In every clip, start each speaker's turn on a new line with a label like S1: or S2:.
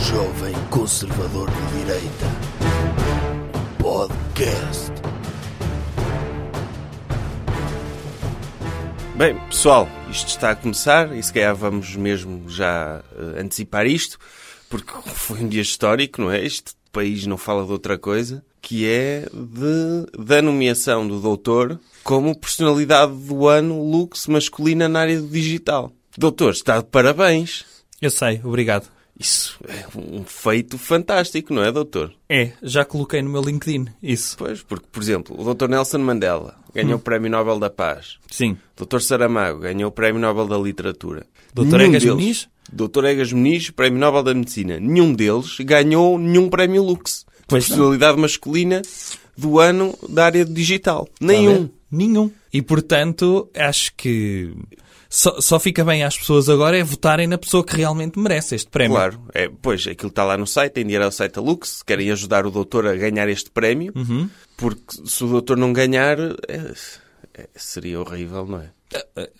S1: Jovem Conservador de Direita. Podcast.
S2: Bem, pessoal, isto está a começar e se calhar vamos mesmo já eh, antecipar isto, porque foi um dia histórico, não é? Este país não fala de outra coisa, que é de, da nomeação do doutor como personalidade do ano Lux masculina na área do digital. Doutor, está de parabéns.
S3: Eu sei, obrigado.
S2: Isso é um feito fantástico, não é, doutor?
S3: É, já coloquei no meu LinkedIn, isso.
S2: Pois, porque, por exemplo, o doutor Nelson Mandela ganhou o Prémio Nobel da Paz.
S3: Sim.
S2: Dr. Saramago ganhou o Prémio Nobel da Literatura.
S3: Dr.
S2: Nenhum
S3: Egas
S2: deles-
S3: Muniz?
S2: Dr. Egas Muniz, Prémio Nobel da Medicina. Nenhum deles ganhou nenhum Prémio Lux.
S3: Pois não.
S2: personalidade masculina do ano da área digital.
S3: Está a
S2: Nenhum.
S3: ver? Nenhum. E portanto, acho que só, só fica bem às pessoas agora é votarem na pessoa que realmente merece este prémio.
S2: Claro, é, pois, aquilo está lá no site, tem de ir ao site da Lux, querem ajudar o doutor a ganhar este prémio, porque se o doutor não ganhar, é- é- seria horrível, não é?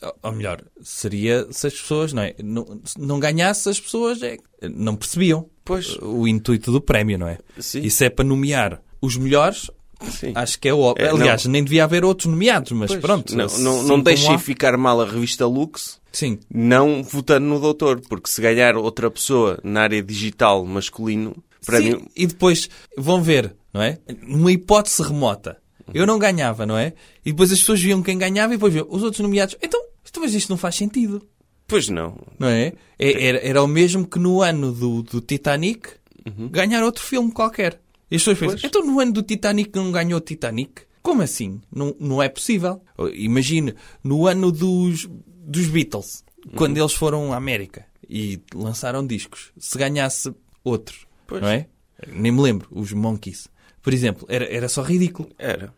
S3: Ah, Ou melhor, seria se as pessoas, não é? Não, se não ganhasse, as pessoas é, que não percebiam
S2: Pois.
S3: o intuito do prémio, não é?
S2: Sim.
S3: Isso é para nomear os melhores.
S2: Sim.
S3: Acho que é óbvio.
S2: É, não.
S3: Aliás, nem devia haver outros nomeados, mas
S2: Pois,
S3: pronto.
S2: Não,
S3: assim
S2: não, não
S3: como
S2: deixem
S3: há.
S2: ficar mal a revista Lux,
S3: Sim,
S2: não votando no doutor, porque se ganhar outra pessoa na área digital masculino, para
S3: Sim,
S2: mim,
S3: E depois vão ver, não é? Numa hipótese remota. Eu não ganhava, não é? E depois as pessoas viam quem ganhava e depois viam os outros nomeados. Então, então, mas isto não faz sentido,
S2: pois não.
S3: não é? É- Era, era o mesmo que no ano do, do Titanic ganhar outro filme qualquer. E as pessoas pensam,
S2: Uhum. Pois.
S3: então no ano do Titanic não ganhou o Titanic? Como assim? Não, não é possível. Imagine, no ano dos, dos Beatles,
S2: Uhum.
S3: quando eles foram à América e lançaram discos, se ganhasse outro,
S2: Pois.
S3: não é? Nem me lembro, os Monkeys, por exemplo, era, era só ridículo.
S2: Era.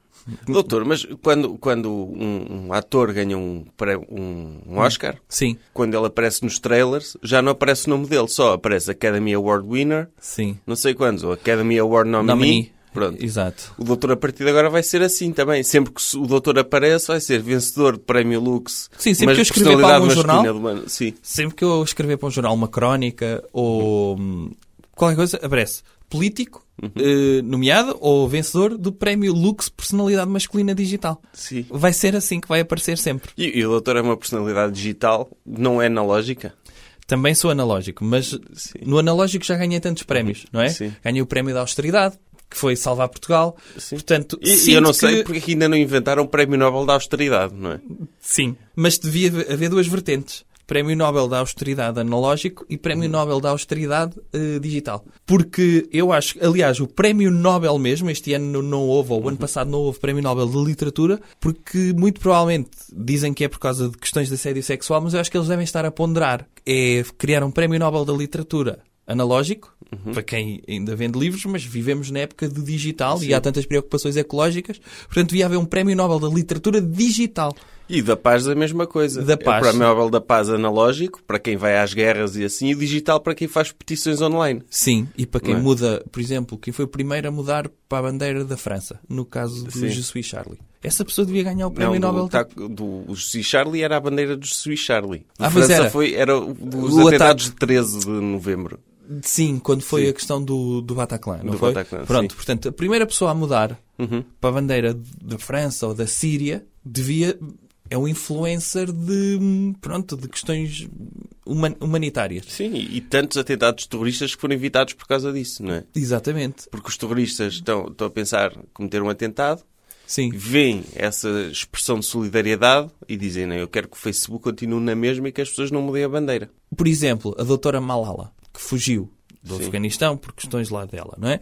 S2: Doutor, mas quando, quando um, um ator ganha um, pré- um, um Oscar,
S3: Sim,
S2: quando ele aparece nos trailers, já não aparece o nome dele, só aparece Academy Award Winner,
S3: sim.
S2: não sei quantos, ou Academy Award Nominee.
S3: Nominee.
S2: Pronto.
S3: Exato.
S2: O doutor a partir de agora vai ser assim também. Sempre que o doutor aparece, vai ser vencedor de prémio Lux.
S3: Sim, sempre
S2: mas
S3: que eu escrever para
S2: personalidade
S3: algum jornal.
S2: masculina do ano. Sim.
S3: Sempre que eu escrever para um jornal uma crónica ou hum, qualquer coisa, aparece político,
S2: Uhum.
S3: eh, nomeado ou vencedor do prémio Lux Personalidade Masculina Digital.
S2: Sim.
S3: Vai ser assim que vai aparecer sempre.
S2: E, e o doutor é uma personalidade digital, não é analógica?
S3: Também sou analógico, mas
S2: Sim.
S3: no analógico já ganhei tantos prémios, não é?
S2: Sim.
S3: Ganhei o prémio da austeridade, que foi salvar Portugal.
S2: Sim.
S3: Portanto,
S2: E- E,
S3: sinto
S2: eu não
S3: que-
S2: sei porque é que ainda não inventaram o Prémio Nobel da Austeridade, não é?
S3: Sim, mas devia haver duas vertentes. Prémio Nobel da Austeridade Analógico e Prémio Nobel da Austeridade eh, Digital. Porque eu acho, aliás, o Prémio Nobel mesmo, este ano não- não houve, ou o ano passado não houve Prémio Nobel de Literatura, porque muito provavelmente dizem que é por causa de questões de assédio sexual, mas eu acho que eles devem estar a ponderar. É criar um Prémio Nobel da Literatura analógico, para quem ainda vende livros, mas vivemos na época do digital e há tantas preocupações ecológicas, portanto devia haver um Prémio Nobel da Literatura Digital.
S2: E da paz a mesma coisa.
S3: Da
S2: É
S3: Paz.
S2: O Prémio Nobel da Paz analógico, para quem vai às guerras e assim, e digital para quem faz petições online.
S3: Sim, e para quem
S2: Não é?
S3: muda, por exemplo, quem foi o primeiro a mudar para a bandeira da França, no caso do
S2: Sim.
S3: Je suis Charlie. Essa pessoa devia ganhar o prémio
S2: não, tá-
S3: Nobel.
S2: do,
S3: da-
S2: taco- do, o Sui Charlie era a bandeira do Sui Charlie. A
S3: Ah, pois
S2: França
S3: era.
S2: foi, era o- dos
S3: O
S2: atentados de 13 de novembro.
S3: Sim, quando foi a questão do, do Bataclan, não
S2: Do
S3: foi?
S2: Bataclan,
S3: Pronto,
S2: sim. Uhum.
S3: portanto, a primeira pessoa a mudar para a bandeira da França ou da Síria devia. É um influencer de, hum, pronto, de questões human- humanitárias.
S2: Sim, e e tantos atentados terroristas que foram evitados por causa disso, não é?
S3: Exatamente.
S2: Porque os terroristas estão, estão a pensar cometer um atentado,
S3: Sim.
S2: veem essa expressão de solidariedade e dizem, não, eu quero que o Facebook continue na mesma e que as pessoas não mudem a bandeira.
S3: Por exemplo, a doutora Malala, que fugiu do Afeganistão por questões lá dela, não é?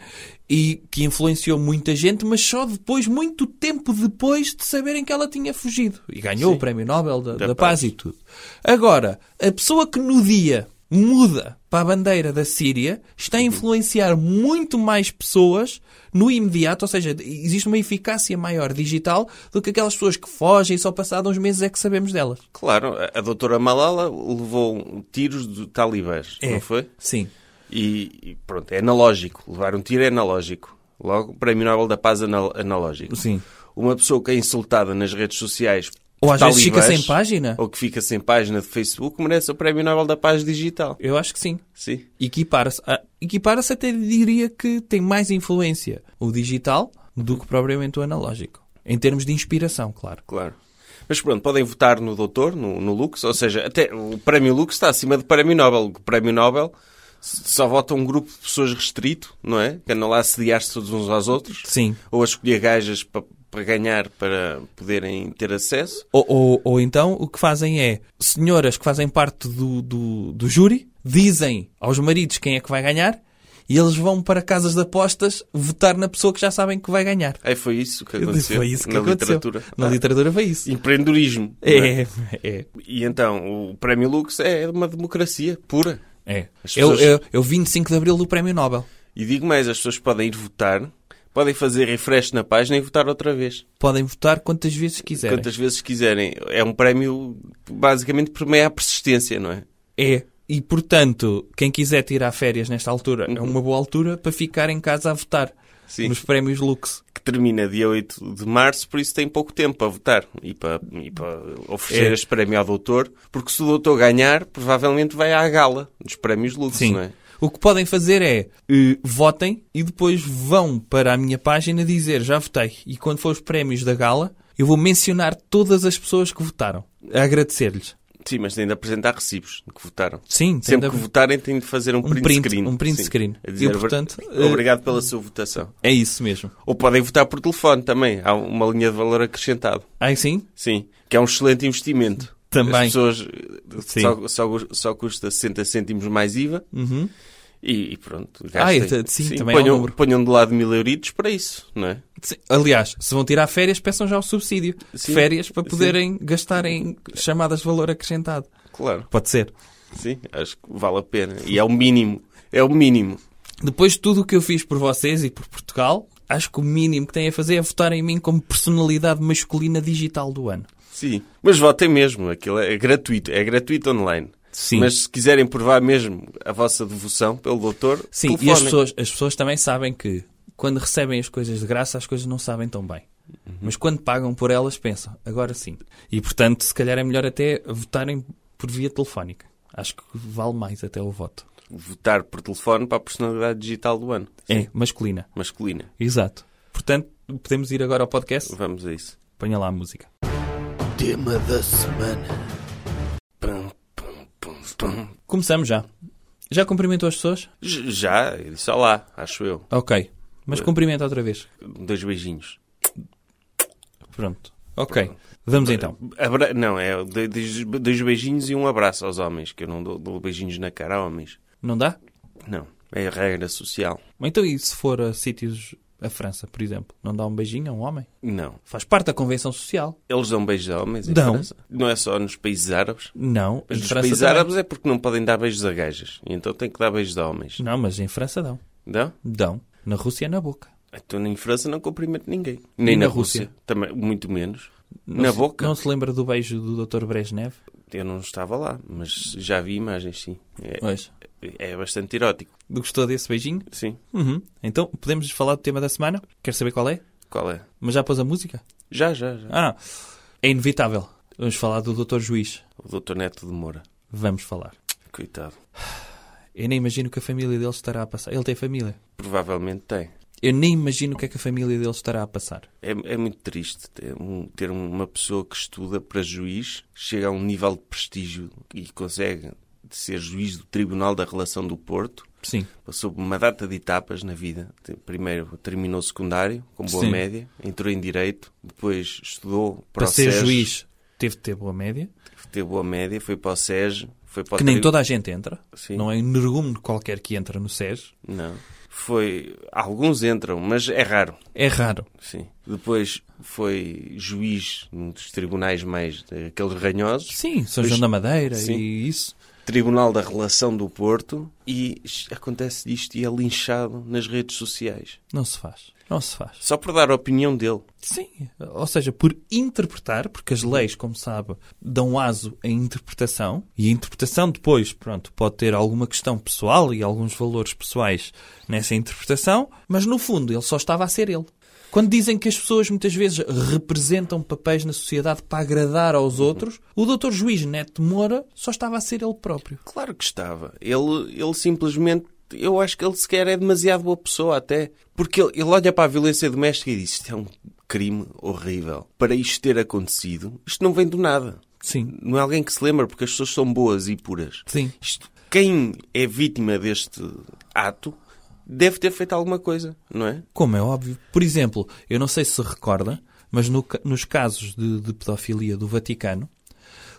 S3: E que influenciou muita gente, mas só depois, muito tempo depois de saberem que ela tinha fugido. E ganhou o Prémio Nobel da, da Paz e tudo. Agora, a pessoa que no dia muda para a bandeira da Síria está a influenciar muito mais pessoas no imediato, ou seja, existe uma eficácia maior digital do que aquelas pessoas que fogem e só passado uns meses é que sabemos delas.
S2: Claro, a, a doutora Malala levou tiros de talibãs,
S3: É.
S2: não foi?
S3: Sim.
S2: E, e pronto, é analógico. Levar um tiro é analógico. Logo, Prémio Nobel da Paz anal- analógico.
S3: Sim.
S2: Uma pessoa que é insultada nas redes sociais
S3: Ou às vezes fica
S2: talibãs,
S3: sem página.
S2: Ou que fica sem página de Facebook, merece o Prémio Nobel da Paz Digital.
S3: Eu acho que sim.
S2: Sim.
S3: Equipara-se. Ah, Equipara-se até diria que tem mais influência o digital do que propriamente o analógico. Em termos de inspiração, claro.
S2: Claro. Mas pronto, podem votar no Doutor, no, no Lux, ou seja, até o Prémio Lux está acima do Prémio Nobel. O Prémio Nobel s- só vota um grupo de pessoas restrito, não é? Que andam lá a sediar-se todos uns aos outros.
S3: Sim.
S2: Ou a escolher gajas pa- para ganhar, para poderem ter acesso.
S3: Ou, ou, ou então o que fazem é senhoras que fazem parte do, do, do júri dizem aos maridos quem é que vai ganhar e eles vão para casas de apostas votar na pessoa que já sabem que vai ganhar.
S2: Aí foi isso que aconteceu.
S3: Foi isso que
S2: na
S3: aconteceu.
S2: Literatura.
S3: Na
S2: Ah,
S3: literatura foi isso.
S2: Empreendedorismo. não é?
S3: É, é,
S2: E então, o Prémio Lux é uma democracia pura.
S3: é.
S2: As
S3: Eu,
S2: pessoas-
S3: eu, eu 25 de Abril do Prémio Nobel.
S2: E digo mais, as pessoas podem ir votar, podem fazer refresh na página e votar outra vez.
S3: Podem votar quantas vezes quiserem.
S2: Quantas vezes quiserem. É um prémio, basicamente, premia a persistência, não é?
S3: É. E, portanto, quem quiser tirar férias nesta altura é uma boa altura para ficar em casa a votar
S2: Sim.
S3: nos prémios Lux.
S2: Que termina dia 8 de março, por isso tem pouco tempo para votar e para, e para oferecer
S3: É.
S2: este prémio ao doutor, porque se o doutor ganhar, provavelmente vai à gala dos prémios Lux,
S3: Sim.
S2: não é?
S3: O que podem fazer é eh, votem e depois vão para a minha página dizer já votei. E quando for os prémios da gala, eu vou mencionar todas as pessoas que votaram. A agradecer-lhes.
S2: Sim, mas tem de apresentar recibos de que votaram.
S3: Sim, tem
S2: Sempre
S3: de-
S2: que votarem, tem de fazer um, print,
S3: print,
S2: screen.
S3: um print
S2: Sim.
S3: screen.
S2: A dizer,
S3: E, portanto, eh,
S2: obrigado pela sua votação.
S3: é isso mesmo.
S2: Ou podem votar por telefone também. Há uma linha de valor acrescentado.
S3: Aí sim,
S2: Sim. Que é um excelente investimento.
S3: Também.
S2: As pessoas eh,
S3: Sim.
S2: só, só, só custa 60 cêntimos mais IVA. E, e pronto. gastem.
S3: Uhum. Ah, e- sim, também é um
S2: ponham,
S3: número.
S2: ponham de lado mil euritos para isso, não é?
S3: Sim. Aliás, se vão tirar férias, peçam já o subsídio.
S2: Sim.
S3: Férias para poderem gastar em chamadas de valor acrescentado.
S2: Claro.
S3: Pode ser.
S2: Sim. Acho que vale a pena. E é o mínimo. É o mínimo.
S3: Depois de tudo o que eu fiz por vocês e por Portugal, acho que o mínimo que têm a fazer é votar em mim como personalidade masculina digital do ano.
S2: Sim. Mas votem mesmo. Aquilo é gratuito. É gratuito online.
S3: Sim.
S2: Mas se quiserem provar mesmo a vossa devoção pelo doutor,
S3: Sim, e as
S2: telefonem.
S3: pessoas, as pessoas também sabem que quando recebem as coisas de graça, as coisas não sabem tão bem. Mas quando pagam por elas, pensam, agora sim. E portanto, se calhar é melhor até votarem por via telefónica. Acho que vale mais até o voto.
S2: votar por telefone para a personalidade digital do ano.
S3: É, masculina.
S2: Masculina.
S3: Exato. Portanto, podemos ir agora ao podcast?
S2: Vamos a isso.
S3: Ponha lá a música.
S1: Tema da semana.
S2: Pum, pum, pum, pum.
S3: Começamos já. Já cumprimentou as pessoas?
S2: J- Já, eu disse olá, acho eu.
S3: Ok. Mas cumprimenta outra vez.
S2: Dois beijinhos.
S3: Pronto. Ok. Vamos então.
S2: Abra- Não, é do- dois dois beijinhos e um abraço aos homens, que eu não dou, dou beijinhos na cara a homens.
S3: Não dá?
S2: Não, é a regra social.
S3: Então e se for a sítios... A França, por exemplo. Não dá um beijinho a um homem?
S2: Não.
S3: Faz parte da convenção social.
S2: Eles dão beijos a homens em
S3: Dão.
S2: França? Não é só nos países árabes?
S3: Não,
S2: Mas
S3: em
S2: nos
S3: França
S2: países
S3: também.
S2: árabes é porque não podem dar beijos a gajas. E então tem que dar beijos a homens.
S3: Não, mas em França dão.
S2: Não?
S3: Dão. Na Rússia é na boca.
S2: Então em França não cumprimento ninguém. Nem
S3: na
S2: na, Rússia.
S3: Rússia?
S2: Também, muito menos.
S3: Não
S2: na
S3: se-
S2: boca?
S3: Não se lembra do beijo do Dr. Brezhnev?
S2: Eu não estava lá, mas já vi imagens, sim. É,
S3: Pois.
S2: é bastante erótico,
S3: Gostou desse beijinho?
S2: sim.
S3: Uhum. Então, podemos falar do tema da semana? Quer saber qual é?
S2: Qual é?
S3: Mas já pôs a música?
S2: Já, já, já.
S3: Ah, é inevitável. Vamos falar do Dr. Juiz.
S2: O doutor Neto de Moura.
S3: Vamos falar.
S2: Coitado.
S3: Eu nem imagino o que a família dele estará a passar. Ele tem família.
S2: Provavelmente tem.
S3: Eu nem imagino o que é que a família dele estará a passar.
S2: É, é muito triste ter, um- ter uma pessoa que estuda para juiz, chega a um nível de prestígio e consegue ser juiz do Tribunal da Relação do Porto.
S3: Sim.
S2: Passou por uma data de etapas na vida. Te- Primeiro terminou o secundário, com boa
S3: Sim.
S2: média, entrou em Direito, depois estudou para,
S3: Para
S2: o
S3: ser
S2: SES,
S3: juiz, teve de ter boa média.
S2: teve boa média, foi para o SES, foi para
S3: Que
S2: o
S3: nem
S2: tri-
S3: toda a gente entra.
S2: Sim.
S3: Não é um energúmeno qualquer que entra no SES.
S2: Não. Foi. Alguns entram, mas é raro.
S3: É raro.
S2: Sim. Depois foi juiz num dos tribunais mais aqueles ranhosos.
S3: Sim, São
S2: Pois-
S3: João da Madeira
S2: Sim.
S3: e isso.
S2: Tribunal da Relação do Porto. E sh- acontece isto e é linchado nas redes sociais.
S3: Não se faz. Não se faz.
S2: Só por dar a opinião dele.
S3: Sim. Ou seja, por interpretar, porque as leis, como sabe, dão aso à interpretação, e a interpretação depois, pronto, pode ter alguma questão pessoal e alguns valores pessoais nessa interpretação, mas no fundo ele só estava a ser ele. Quando dizem que as pessoas muitas vezes representam papéis na sociedade para agradar aos outros, o Dr. Juiz Neto Moura só estava a ser ele próprio.
S2: Claro que estava. Ele, ele simplesmente. Eu acho que ele sequer é demasiado boa pessoa, até. Porque ele, ele olha para a violência doméstica e diz: Isto é um crime horrível. Para isto ter acontecido, isto não vem do nada.
S3: Sim.
S2: Não é alguém que se lembra, porque as pessoas são boas e puras.
S3: Sim.
S2: Isto, quem é vítima deste ato deve ter feito alguma coisa, não é?
S3: Como é óbvio. Por exemplo, eu não sei se se recorda, mas no ca- nos casos de, de pedofilia do Vaticano,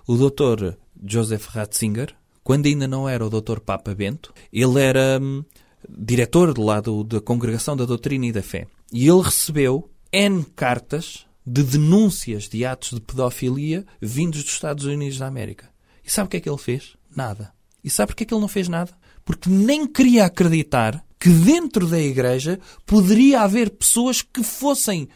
S3: o Dr. Joseph Ratzinger, quando ainda não era o Dr. Papa Bento, ele era hum, diretor de lá do- da Congregação da Doutrina e da Fé. E ele recebeu N cartas de denúncias de atos de pedofilia vindos dos Estados Unidos da América. E sabe o que é que ele fez? Nada. E sabe porquê é que ele não fez nada? Porque nem queria acreditar que dentro da Igreja poderia haver pessoas que fossem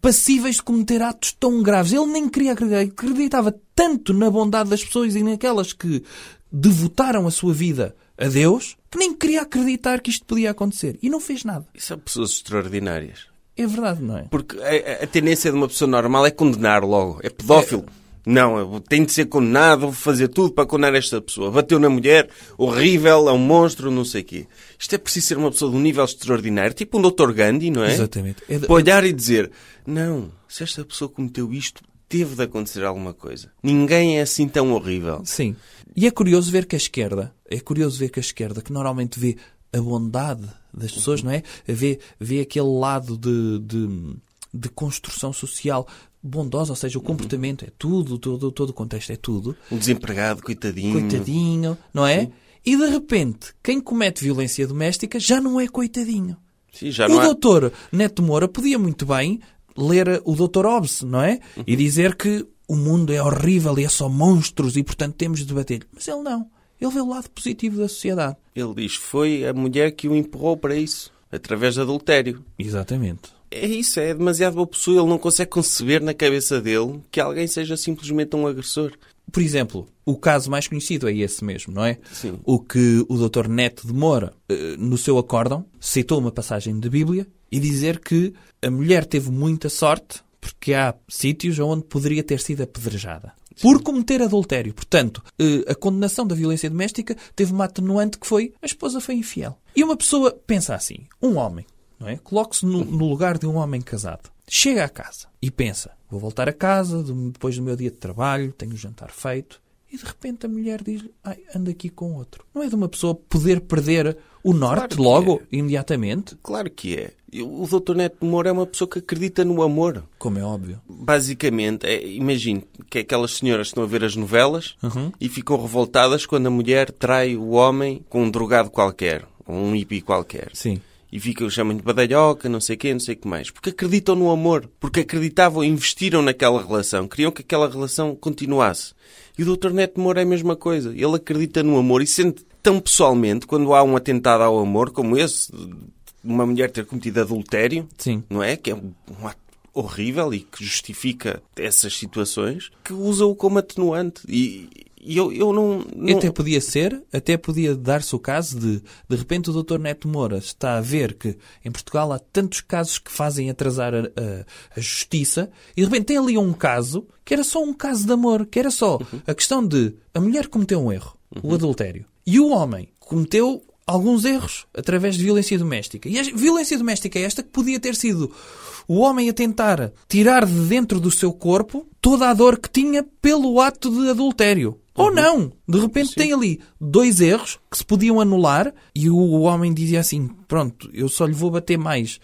S3: passíveis de cometer atos tão graves. Ele nem queria acreditar. Ele acreditava tanto na bondade das pessoas e naquelas que devotaram a sua vida a Deus que nem queria acreditar que isto podia acontecer. E não fez nada.
S2: E são pessoas extraordinárias.
S3: É verdade, não é?
S2: Porque a, a- a tendência de uma pessoa normal é condenar logo. É pedófilo. Não, eu tenho de ser condenado, vou fazer tudo para condenar esta pessoa. Bateu na mulher, horrível, é um monstro, não sei o quê. Isto é preciso ser uma pessoa de um nível extraordinário, tipo um Dr. Gandhi, não é?
S3: Exatamente. É de-
S2: Para olhar e dizer, não, se esta pessoa cometeu isto, teve de acontecer alguma coisa. Ninguém é assim tão horrível.
S3: Sim. E é curioso ver que a esquerda, é curioso ver que a esquerda, que normalmente vê a bondade das pessoas, não é? Vê, vê aquele lado de, de, de construção social bondosa, ou seja, o comportamento é tudo, todo, todo o contexto é tudo.
S2: Um desempregado, coitadinho.
S3: Coitadinho, não é? E de repente, quem comete violência doméstica já não é coitadinho.
S2: Sim, já
S3: O
S2: Tá, não é? há-
S3: doutor Neto Moura podia muito bem ler o doutor Hobbes, não é? E dizer que o mundo é horrível e é só monstros e, portanto, temos de debater. Mas ele não. Ele vê o lado positivo da sociedade.
S2: Ele diz, foi a mulher que o empurrou para isso, através de adultério.
S3: Exatamente.
S2: É isso, é demasiado boa pessoa. Ele não consegue conceber na cabeça dele que alguém seja simplesmente um agressor.
S3: Por exemplo, o caso mais conhecido é esse mesmo, não é?
S2: Sim.
S3: O que o Dr. Neto de Moura, eh, no seu acórdão, citou uma passagem da Bíblia e dizer que a mulher teve muita sorte porque há sítios onde poderia ter sido apedrejada. Por cometer adultério. Portanto, eh, a condenação da violência doméstica teve uma atenuante que foi a esposa foi infiel. E uma pessoa pensa assim, um homem, não é? Coloque-se no, no lugar de um homem casado. Chega à casa e pensa, vou voltar a casa do- depois do meu dia de trabalho, tenho o jantar feito. E de repente a mulher diz-lhe, ai, anda aqui com outro. Não é de uma pessoa poder perder o norte
S2: que
S3: logo, imediatamente?
S2: Claro que é. Eu- O Dr. Neto de Moura é uma pessoa que acredita no amor.
S3: Como é óbvio.
S2: Basicamente, é, imagino que é aquelas senhoras que estão a ver as novelas e ficam revoltadas quando a mulher trai o homem com um drogado qualquer, ou um hippie qualquer.
S3: Sim.
S2: E ficam, chamam-lhe badalhoca, não sei o quê, não sei o que mais. Porque acreditam no amor. Porque acreditavam, investiram naquela relação. Queriam que aquela relação continuasse. E o Dr. Neto Moura é a mesma coisa. Ele acredita no amor e sente tão pessoalmente quando há um atentado ao amor como esse, de uma mulher ter cometido adultério,
S3: Sim.
S2: não é? Que é um um ato horrível e que justifica essas situações, que usa-o como atenuante. E, e eu, eu não... não...
S3: Até podia ser, até podia dar-se o caso de, de repente, o Dr. Neto Moura está a ver que em Portugal há tantos casos que fazem atrasar a, a- a justiça e de repente tem ali um caso que era só um caso de amor, que era só a questão de a mulher cometeu um erro, o adultério, e o homem cometeu alguns erros através de violência doméstica. E a violência doméstica é esta que podia ter sido o homem a tentar tirar de dentro do seu corpo toda a dor que tinha pelo ato de adultério.
S2: Uhum.
S3: Ou não! De repente tem ali dois erros que se podiam anular e o homem dizia assim: pronto, eu só lhe vou bater mais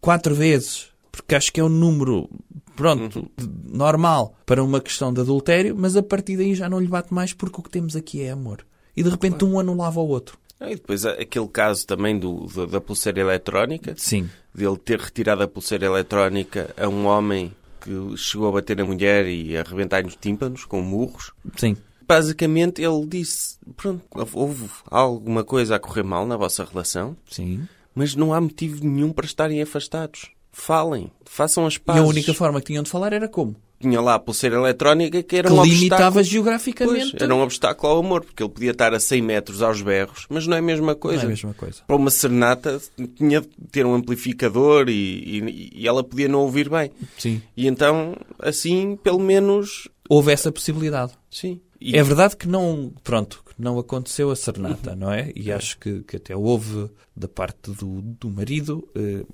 S3: quatro vezes, porque acho que é um número, pronto,
S2: Uhum.
S3: de- normal para uma questão de adultério, mas a partir daí já não lhe bate mais porque o que temos aqui é amor. E de repente um anulava o outro.
S2: Ah, E depois a- aquele caso também do, do- da pulseira eletrónica,
S3: Sim.
S2: dele ter retirado a pulseira eletrónica a um homem que chegou a bater na mulher e a arrebentar-lhe os tímpanos com murros.
S3: Sim.
S2: Basicamente ele disse, pronto, houve alguma coisa a correr mal na vossa relação,
S3: Sim.
S2: mas não há motivo nenhum para estarem afastados. Falem, façam as
S3: E
S2: pazes.
S3: a única forma que tinham de falar era como?
S2: tinha lá a pulseira eletrónica que era
S3: que
S2: um
S3: limitava
S2: obstáculo.
S3: geograficamente.
S2: Pois, era um obstáculo ao amor, porque ele podia estar a 100 metros aos berros, mas não é a mesma
S3: Não
S2: coisa.
S3: é a mesma coisa.
S2: Para uma serenata tinha de ter um amplificador e, e- e ela podia não ouvir bem.
S3: Sim.
S2: E então, assim, pelo menos,
S3: Houve essa possibilidade.
S2: sim. E-
S3: É verdade que não, pronto, que não aconteceu a serenata, não é? E acho que, que até houve da parte do, do marido, eh,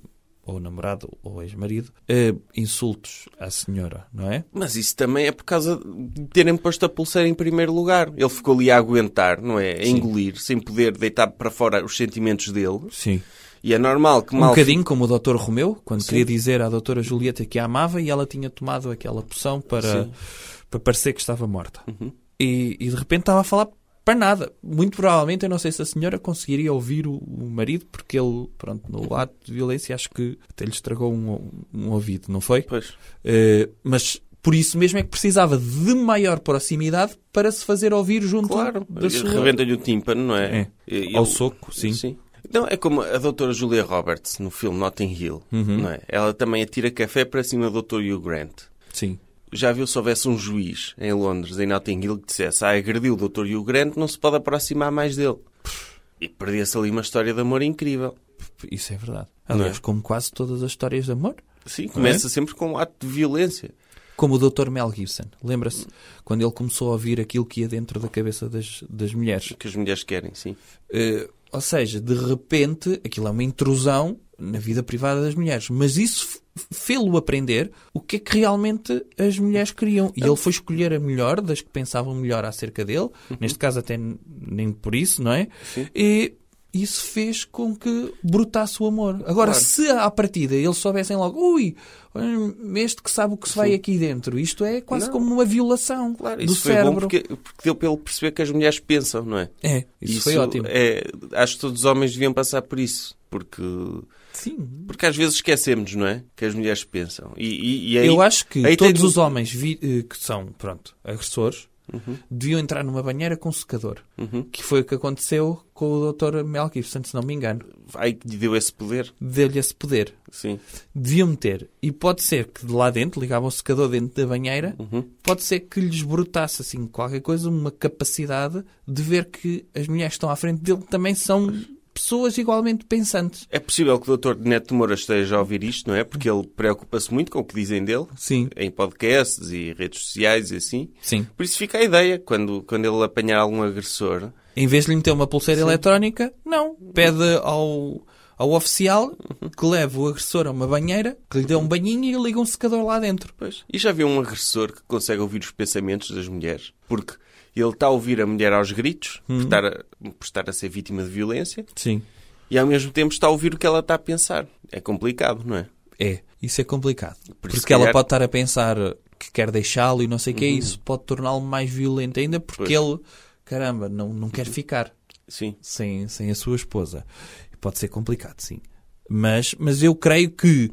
S3: ou namorado, ou ex-marido, eh, insultos à senhora, não é?
S2: Mas isso também é por causa de terem posto a pulseira em primeiro lugar. Ele ficou ali a aguentar, não é? A engolir, sem poder deitar para fora os sentimentos dele.
S3: Sim.
S2: E é normal que
S3: Um
S2: mal.
S3: bocadinho como o Dr. Romeu, quando queria dizer à Dra. Julieta que a amava e ela tinha tomado aquela poção para, para parecer que estava morta.
S2: Uhum.
S3: E, e de repente estava a falar para nada. Muito provavelmente, eu não sei se a senhora conseguiria ouvir o, o marido, porque ele, pronto, no ato de violência, acho que até lhe estragou um, um ouvido, não foi?
S2: Pois.
S3: Eh, mas por isso mesmo é que precisava de maior proximidade para se fazer ouvir junto
S2: Claro.
S3: da sua...
S2: Rebenta-lhe o tímpano, não é?
S3: É.
S2: E ele-
S3: Ao soco, sim.
S2: Não, é como a doutora Julia Roberts no filme Notting Hill,
S3: Uhum.
S2: não é? Ela também atira café para cima do Dr. Hugh Grant.
S3: Sim.
S2: Já viu se houvesse um juiz em Londres, em Notting Hill, que dissesse ah, agrediu o Dr. Hugh Grant, não se pode aproximar mais dele. E perdia-se ali uma história de amor incrível.
S3: Isso é verdade.
S2: Não é?
S3: Aliás, como quase todas as histórias de amor.
S2: Sim, começa
S3: é?
S2: sempre com um ato de violência.
S3: Como o Dr. Mel Gibson. Lembra-se quando ele começou a ouvir aquilo que ia dentro da cabeça das, das mulheres.
S2: Que as mulheres querem, sim.
S3: Eh, ou seja, de repente, aquilo é uma intrusão na vida privada das mulheres. Mas isso f- fê-lo aprender o que é que realmente as mulheres queriam. E ele foi escolher a melhor, das que pensavam melhor acerca dele.
S2: Uhum.
S3: Neste caso, até n- nem por isso, não é? E isso fez com que brotasse o amor. Agora, se à partida eles soubessem logo, ui, hum, este que sabe o que se vai aqui dentro, isto é quase
S2: Não.
S3: como uma violação
S2: Claro,
S3: do
S2: isso foi
S3: cérebro.
S2: bom porque, porque deu para ele perceber que as mulheres pensam, não é?
S3: É, isso, foi ótimo.
S2: é- acho que todos os homens deviam passar por isso. Porque,
S3: Sim,
S2: porque às vezes esquecemos, não é? Que as mulheres pensam. E, e- e aí-
S3: Eu acho que
S2: aí
S3: todos
S2: tem-
S3: os homens vi- eh, que são, pronto, agressores,
S2: Uhum.
S3: deviam entrar numa banheira com um secador. Que foi o que aconteceu com o Dr. Mel Gibson, se não me engano.
S2: Aí que lhe deu esse poder.
S3: Deu-lhe esse poder.
S2: Sim.
S3: Deviam meter. E pode ser que de lá dentro, ligavam o secador dentro da banheira,
S2: Uhum.
S3: pode ser que lhes brotasse assim qualquer coisa, uma capacidade de ver que as mulheres que estão à frente dele também são pessoas igualmente pensantes.
S2: É possível que o Dr. Neto Moura esteja a ouvir isto, não é? Porque ele preocupa-se muito com o que dizem dele,
S3: Sim.
S2: em podcasts e redes sociais e assim.
S3: Sim.
S2: Por isso fica a ideia, quando, quando ele apanhar algum agressor,
S3: Em vez de lhe meter uma pulseira eletrónica, não. Pede ao, ao oficial
S2: Uhum.
S3: que leve o agressor a uma banheira, que lhe dê um banhinho e liga um secador lá dentro.
S2: Pois. E já viu um agressor que consegue ouvir os pensamentos das mulheres? Porque ele está a ouvir a mulher aos gritos,
S3: Uhum.
S2: por, estar a, por estar a ser vítima de violência,
S3: Sim.
S2: e ao mesmo tempo está a ouvir o que ela está a pensar. É complicado, não é?
S3: É. Isso é complicado.
S2: isso, se
S3: porque ela
S2: calhar- Uhum.
S3: pode estar a pensar que quer deixá-lo e não sei o que, isso pode torná-lo mais violento ainda porque ele, caramba, não, não
S2: Uhum.
S3: quer ficar
S2: Sim.
S3: sem, sem a sua esposa. Pode ser complicado, sim. Mas, mas eu creio que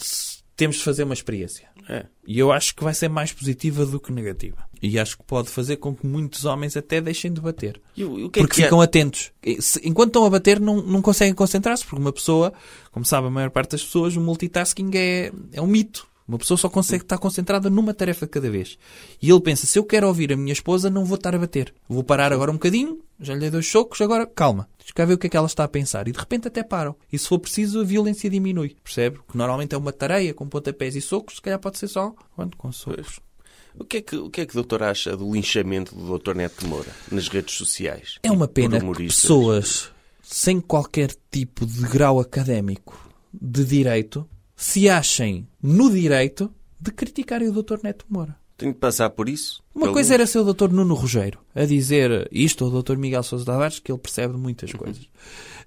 S3: s- temos de fazer uma experiência.
S2: É.
S3: E eu acho que vai ser mais positiva do que negativa. E acho que pode fazer com que muitos homens até deixem de bater.
S2: E o, o que é
S3: Porque
S2: que é?
S3: ficam atentos. E se- Enquanto estão a bater, não, não conseguem concentrar-se. Porque uma pessoa, como sabe a maior parte das pessoas, o multitasking é, é um mito. Uma pessoa só consegue estar concentrada numa tarefa de cada vez. E ele pensa: se eu quero ouvir a minha esposa, não vou estar a bater. Vou parar agora um bocadinho, já lhe dei dois socos, agora calma. Deixa cá ver o que é que ela está a pensar. E de repente até param. E se for preciso, a violência diminui. Percebe? Que normalmente é uma tareia com pontapés e socos, se calhar pode ser só quando com socos.
S2: O que é que o que é que o doutor acha do linchamento do doutor Neto Moura nas redes sociais?
S3: É uma
S2: Por
S3: pena que
S2: humoristas?
S3: pessoas sem qualquer tipo de grau académico de direito se achem no direito de criticarem o Dr. Neto Moura.
S2: Tenho de passar por isso?
S3: Uma
S2: Pelo-
S3: coisa é era ser o Dr. Nuno Rogério a dizer isto ao Dr. Miguel Sousa Tavares, que ele percebe
S2: Uhum.
S3: muitas coisas.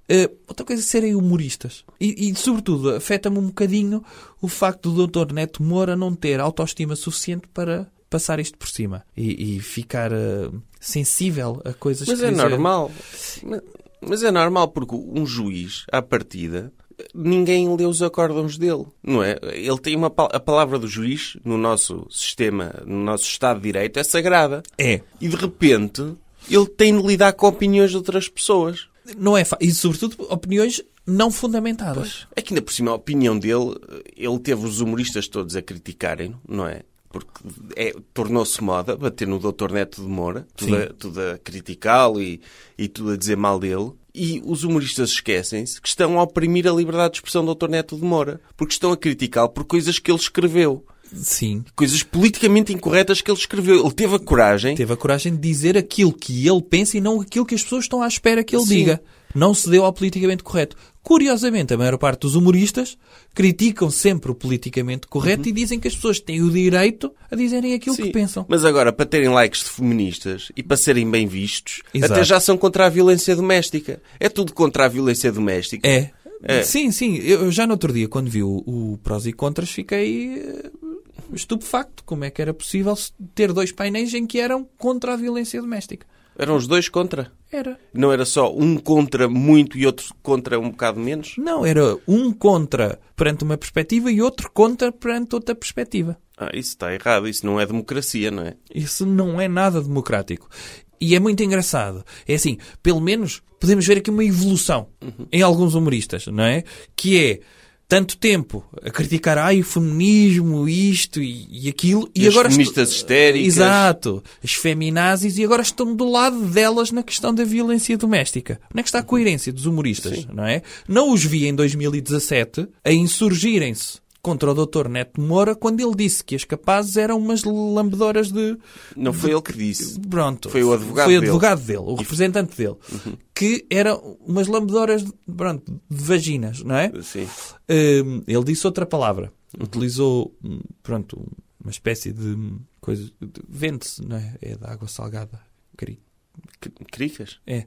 S3: Eh, outra coisa é serem humoristas. E, e, sobretudo, afeta-me um bocadinho o facto do Dr. Neto Moura não ter autoestima suficiente para passar isto por cima e, e ficar eh, sensível a coisas
S2: Mas
S3: que
S2: é
S3: dizer.
S2: normal. Ma- Mas é normal porque um juiz, à partida, ninguém lê os acórdãos dele, não é? Ele tem uma pal- a palavra do juiz no nosso sistema, no nosso Estado de Direito, é sagrada.
S3: É,
S2: E de repente ele tem de lidar com opiniões de outras pessoas.
S3: Não é fa- E, sobretudo, opiniões não fundamentadas.
S2: eh, É que ainda por cima a opinião dele, ele teve os humoristas todos a criticarem, não é? porque é- tornou-se moda bater no Dr. Neto de Moura, tudo a, tudo a criticá-lo e, e tudo a dizer mal dele. E os humoristas esquecem-se que estão a oprimir a liberdade de expressão do Dr. Neto de Moura, porque estão a criticá-lo por coisas que ele escreveu,
S3: Sim.
S2: coisas politicamente incorretas que ele escreveu. Ele teve a coragem
S3: Teve a coragem de dizer aquilo que ele pensa e não aquilo que as pessoas estão à espera que ele
S2: Sim.
S3: diga. Não se deu ao politicamente correto. Curiosamente, a maior parte dos humoristas criticam sempre o politicamente correto e dizem que as pessoas têm o direito a dizerem aquilo
S2: Uhum. Sim,
S3: que pensam.
S2: Mas agora, para terem likes de feministas e para serem bem vistos,
S3: Exato.
S2: até já são contra a violência doméstica. É tudo contra a violência doméstica.
S3: É.
S2: É.
S3: Sim, sim. Eu eu já no outro dia, quando vi o, o prós e contras, fiquei eh, estupefacto. Como é que era possível se- ter dois painéis em que eram contra a violência doméstica?
S2: Eram os dois contra.
S3: Era.
S2: Não era só um contra muito e outro contra um bocado menos?
S3: Não, era um contra perante uma perspectiva e outro contra perante outra perspectiva.
S2: Ah, isso está errado. Isso não é democracia, não é?
S3: Isso não é nada democrático. E é muito engraçado. É assim, pelo menos podemos ver aqui uma evolução
S2: Uhum.
S3: em alguns humoristas, não é? Que é tanto tempo a criticar ai, o feminismo, isto e, e aquilo. E,
S2: E as
S3: agora estu-
S2: feministas histéricas.
S3: Exato. As feminazis. E agora estão do lado delas na questão da violência doméstica. Onde é que está a coerência dos humoristas, não é? Não os vi em 2017 a insurgirem-se contra o Dr. Neto Moura quando ele disse que as capazes eram umas lambedoras de...
S2: Não foi ele que disse.
S3: Pronto.
S2: Foi o advogado
S3: Foi o
S2: dele. Uhum.
S3: advogado dele, o representante dele. Que eram umas lambedoras, de- pronto, de vaginas, não é?
S2: Sim.
S3: Hum, ele disse outra palavra. Utilizou, hum, pronto, uma espécie de hum, coisa... de- Vende-se, não é? É da água salgada. Querido.
S2: C- Cricas?
S3: É.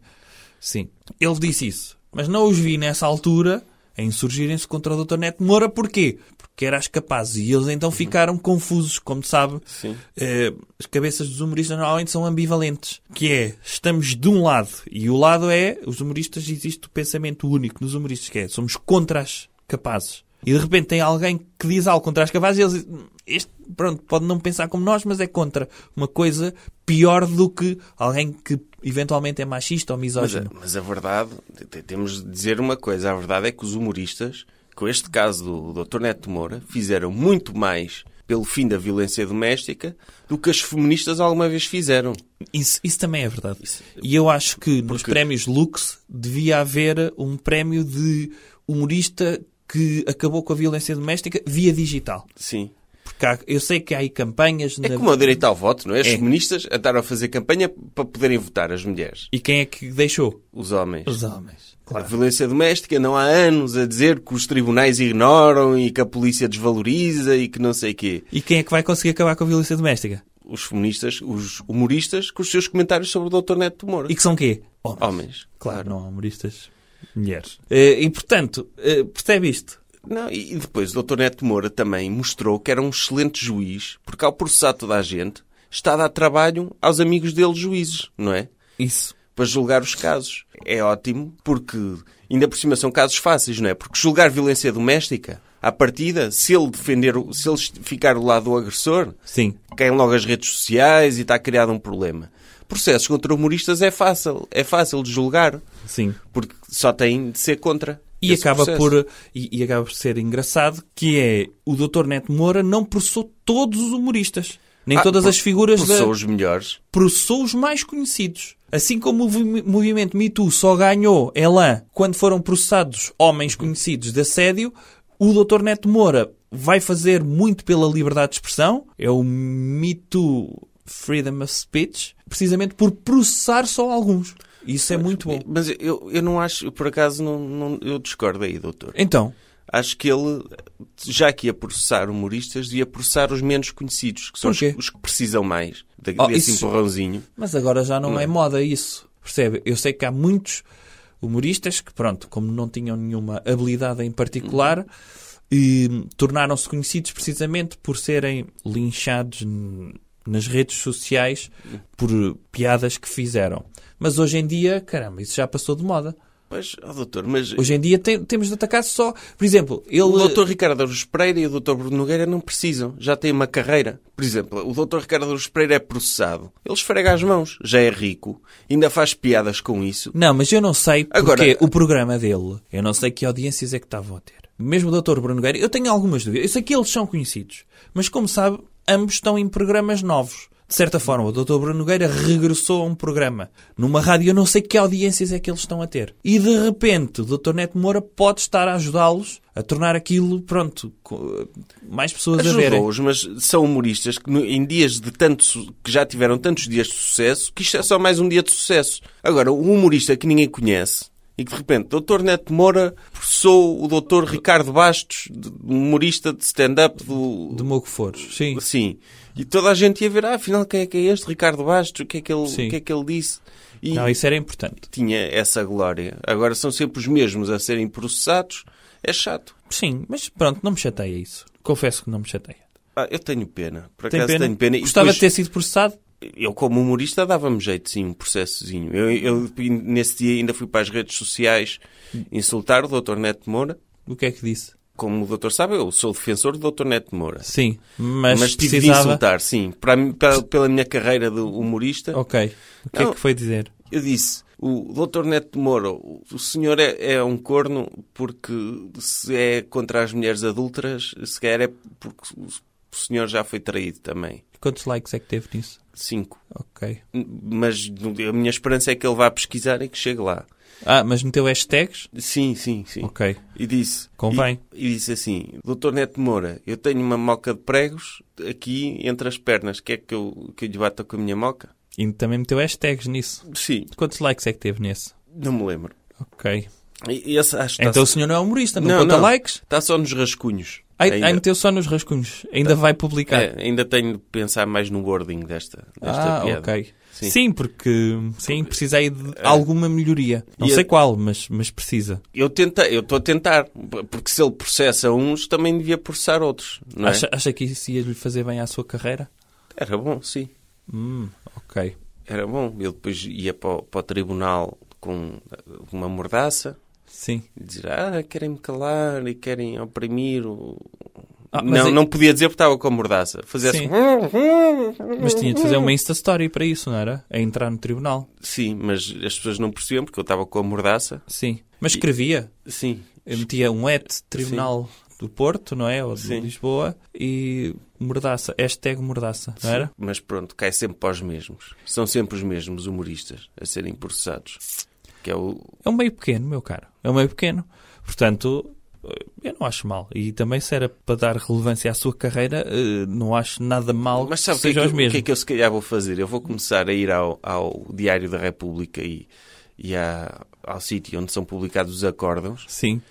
S3: Sim. Ele disse isso. Mas não os vi nessa altura a insurgirem-se contra o Dr. Neto Moura. Porquê? Porque eram as capazes. E eles então ficaram confusos, como sabe.
S2: Uhum. Sim.
S3: eh, as cabeças dos humoristas normalmente são ambivalentes. Que é, estamos de um lado. E o lado é, os humoristas, existe o pensamento único nos humoristas, que é, somos contra as capazes. E de repente tem alguém que diz algo contra as capazes e eles dizem, "Hum, este, pronto, pode não pensar como nós, mas é contra uma coisa pior do que alguém que eventualmente é machista ou
S2: Mas eh, a,
S3: misógino.
S2: mas a verdade, te- temos de dizer uma coisa: a verdade é que os humoristas, com este caso do Dr. Neto de Moura, fizeram muito mais pelo fim da violência doméstica do que as feministas alguma vez fizeram.
S3: Isso, isso também é verdade. E eu acho que nos prémios Lux devia haver um prémio de humorista que acabou com a violência doméstica via digital.
S2: Sim.
S3: Porque há- eu sei que há aí campanhas
S2: É
S3: na-
S2: como o direito ao voto, não é? As
S3: É.
S2: feministas andaram a fazer campanha para poderem votar as mulheres,
S3: E quem é que deixou?
S2: os homens.
S3: Os homens.
S2: A violência doméstica não há anos a dizer que os tribunais ignoram e que a polícia desvaloriza e que não sei quê.
S3: E quem é que vai conseguir acabar com a violência doméstica?
S2: Os feministas, os humoristas, com os seus comentários sobre o Dr. Neto de Moura.
S3: E que são quê? Homens.
S2: Homens.
S3: Claro, não há humoristas. Mulheres. Eh, E, portanto, eh, percebe isto?
S2: Não, e e depois o Dr. Neto Moura também mostrou que era um excelente juiz, porque ao processar toda a gente, está a dar trabalho aos amigos dele juízes, não é?
S3: Isso.
S2: Para julgar os casos. É ótimo, porque ainda por cima são casos fáceis, não é? Porque julgar violência doméstica, à partida, se ele defender, o- se ele est- ficar do lado do agressor,
S3: Sim.
S2: caem logo as redes sociais e está criado um problema. Processos contra humoristas é fácil, é fácil de julgar,
S3: Sim.
S2: porque só tem de ser contra.
S3: E
S2: esse
S3: acaba,
S2: processo.
S3: por, e, e acaba por ser engraçado que é o Dr. Neto Moura não processou todos os humoristas. Nem
S2: Ah,
S3: todas
S2: por-
S3: as figuras
S2: por são
S3: da...
S2: os melhores.
S3: Processou os mais conhecidos. Assim como o movi- movimento Me Too só ganhou Elan quando foram processados homens conhecidos de assédio, o Dr. Neto Moura vai fazer muito pela liberdade de expressão. É o Me Too Freedom of Speech. Precisamente por processar só alguns. Isso é muito bom.
S2: Mas eu, eu não acho, por acaso, não, não- eu discordo aí, doutor.
S3: Então,
S2: Acho que ele, já que ia processar humoristas, devia processar os menos conhecidos, que são os,
S3: Porquê?
S2: os que precisam mais assim da-
S3: Oh,
S2: desse
S3: isso-
S2: empurrãozinho.
S3: Mas agora já não, é moda isso. Percebe? Eu sei que há muitos humoristas que, pronto, como não tinham nenhuma habilidade em particular, e tornaram-se conhecidos precisamente por serem linchados n- nas redes sociais por piadas que fizeram. Mas hoje em dia, caramba, isso já passou de moda.
S2: Pois, ó, doutor, mas
S3: Hoje em dia tem- temos de atacar só. Por exemplo, ele.
S2: o doutor Ricardo Aruz Pereira e o doutor Bruno Nogueira não precisam, já têm uma carreira. Por exemplo, o doutor Ricardo Aruz Pereira é processado. Ele esfrega as mãos, já é rico, ainda faz piadas com isso.
S3: Não, mas eu não sei porque
S2: Agora-
S3: o programa dele, eu não sei que audiências é que estavam a ter. Mesmo o Dr. Bruno Guerra, eu tenho algumas dúvidas. Eu sei que eles são conhecidos, mas como sabe, ambos estão em programas novos. De certa forma, o Dr. Bruno Nogueira regressou a um programa numa rádio. Eu não sei que audiências é que eles estão a ter. E de repente, o Dr. Neto Moura pode estar a ajudá-los a tornar aquilo, pronto, co- mais pessoas a verem.
S2: Ajudou-os, mas são humoristas que no- em dias de tanto su- que já tiveram tantos dias de sucesso que isto é só mais um dia de sucesso. Agora, um humorista que ninguém conhece e que de repente, Dr. Neto Moura, sou o Dr. Ricardo Bastos, de- um humorista de stand-up do.
S3: De Mogo Foros, sim.
S2: Sim. E toda a gente ia ver, ah, afinal, quem é que é este? Ricardo Bastos, o que é que ele,
S3: Sim.
S2: o que é que ele disse? E
S3: Não, isso era importante.
S2: tinha essa glória. Agora são sempre os mesmos a serem processados. É chato.
S3: Sim, mas pronto, não me chateia isso. Confesso que não me chateia.
S2: Ah, eu tenho pena. Por
S3: Tem
S2: acaso
S3: pena?
S2: tenho pena. E
S3: Gostava
S2: depois-
S3: de ter sido processado?
S2: eu como humorista dava-me jeito, sim, um processozinho. Eu, eu, nesse dia ainda fui para as redes sociais insultar o Dr. Neto Moura.
S3: O que é que disse?
S2: Como o doutor sabe, eu sou defensor do Dr. Neto Moura.
S3: Sim, mas,
S2: tive de
S3: precisava...
S2: insultar, sim. Para, mim- pela- pela minha carreira de humorista,
S3: Ok. O que é
S2: Não.
S3: que foi dizer?
S2: eu disse, o Dr. Neto Moura, o o senhor é, é um corno porque se é contra as mulheres adultas, se calhar é porque o o senhor já foi traído também.
S3: Quantos likes é que teve nisso?
S2: Cinco.
S3: Ok.
S2: Mas a minha esperança é que ele vá pesquisar e que chegue lá.
S3: Ah, mas meteu hashtags?
S2: Sim, sim, sim.
S3: Ok.
S2: E disse...
S3: Convém.
S2: E, e disse assim, Doutor Neto Moura, eu tenho uma moca de pregos aqui entre as pernas. Quer que eu, que eu lhe bata com a minha moca?
S3: E também meteu hashtags nisso.
S2: Sim,
S3: Quantos likes é que teve nesse?
S2: não me lembro.
S3: Ok.
S2: E, e esse, acho que
S3: Então o
S2: está,
S3: senhor não é humorista, não,
S2: Tá Não,
S3: conta
S2: não.
S3: likes?
S2: está só nos rascunhos.
S3: Ai,
S2: ainda,
S3: ai, meteu só nos rascunhos. Ainda vai publicar.
S2: É, ainda tenho de pensar mais no wording desta, desta
S3: ah,
S2: piada.
S3: ok. Sim.
S2: Sim. é.
S3: porque sim, precisa aí de alguma melhoria. Não
S2: E
S3: sei
S2: a-
S3: qual, mas, mas precisa.
S2: Eu tenta- eu estou a tentar, porque se ele processa uns, também devia processar outros, não é?
S3: Acha, acha que isso ia lhe fazer bem à sua carreira?
S2: Era bom, sim.
S3: Hum, ok.
S2: Era bom. Ele depois ia para o, para o tribunal com uma mordaça,
S3: Sim.
S2: dizer, ah, querem-me calar e querem oprimir. O...
S3: Ah, mas
S2: não,
S3: é-
S2: não podia dizer porque estava com a mordaça. Fazia
S3: Sim.
S2: assim, "Uhum."
S3: Mas tinha de fazer uma Insta Story para isso, não era? A entrar no tribunal.
S2: sim, mas as pessoas não percebiam porque eu estava com a mordaça.
S3: Sim. Mas escrevia.
S2: Sim,
S3: Eu metia um at Tribunal do Porto, não é? Ou de
S2: Sim.
S3: Lisboa. E mordaça. Hashtag mordaça, não era?
S2: mas pronto, cai sempre para os mesmos. São sempre os mesmos humoristas a serem processados. Que é o...
S3: É um meio pequeno, meu caro. É um meio pequeno. Portanto, eh, eu não acho mal. E também se era para dar relevância à sua carreira, eh, não acho nada mal
S2: Mas sabe o que,
S3: que
S2: é que,
S3: seja
S2: eu-
S3: os
S2: o
S3: mesmos.
S2: que é que eu se calhar vou fazer? Eu vou começar a ir ao, ao Diário da República e, e à- ao sítio onde são publicados os acórdãos
S3: Sim.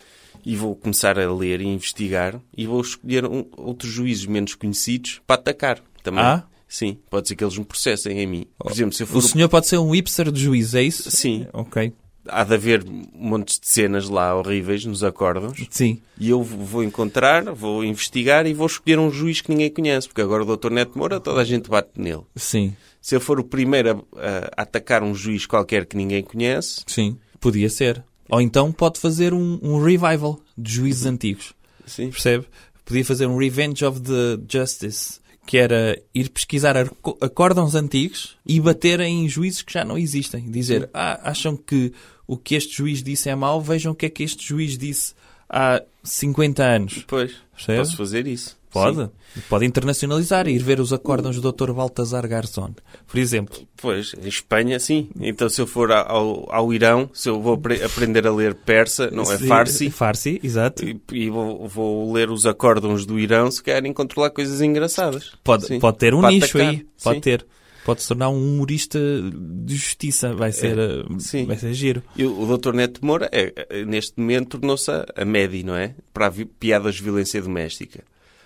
S2: e vou começar a ler e investigar e vou escolher um- outros juízes menos conhecidos para atacar também.
S3: Ah? Oh,
S2: Sim, pode ser que eles me processem a mim. Por exemplo, se eu for...
S3: O senhor pode ser um hipster de juiz, é isso?
S2: Sim.
S3: Ok.
S2: Há de haver montes de cenas lá horríveis nos acórdãos
S3: Sim.
S2: e eu vou encontrar, vou investigar e vou escolher um juiz que ninguém conhece, porque agora o Dr. Neto Moura toda a gente bate nele.
S3: Sim.
S2: Se eu for o primeiro a, a- a atacar um juiz qualquer que ninguém conhece,
S3: Sim. Podia ser. Ou então pode fazer um, um revival de juízes antigos.
S2: sim,
S3: percebe? Podia fazer um Revenge of the Justice, que era ir pesquisar arco- acórdãos antigos e bater em juízes que já não existem. Dizer, ah, acham que o que este juiz disse é mau, vejam o que é que este juiz disse há 50 anos.
S2: depois
S3: Percebe?
S2: posso fazer isso. Sim.
S3: Pode. Pode internacionalizar e ir ver os acórdãos do Dr. Baltasar Garzón, por exemplo.
S2: Pois, em Espanha, sim. Então, se eu for a- ao, ao Irão, se eu vou apre- aprender a ler persa, não é
S3: Se-
S2: farsi,
S3: Farsi, exato.
S2: e, e vou, vou ler os acórdons do Irão, se querem controlar coisas engraçadas.
S3: Pode,
S2: Sim.
S3: pode ter um
S2: Para
S3: nicho
S2: atacar,
S3: aí. Pode
S2: sim.
S3: ter. Pode se tornar um humorista de justiça. Vai ser, eh,
S2: É, sim.
S3: vai ser giro.
S2: E o Dr. Neto Moura, é, é, neste momento, tornou-se a a MEDI, não é? Para a vi- piadas de violência doméstica.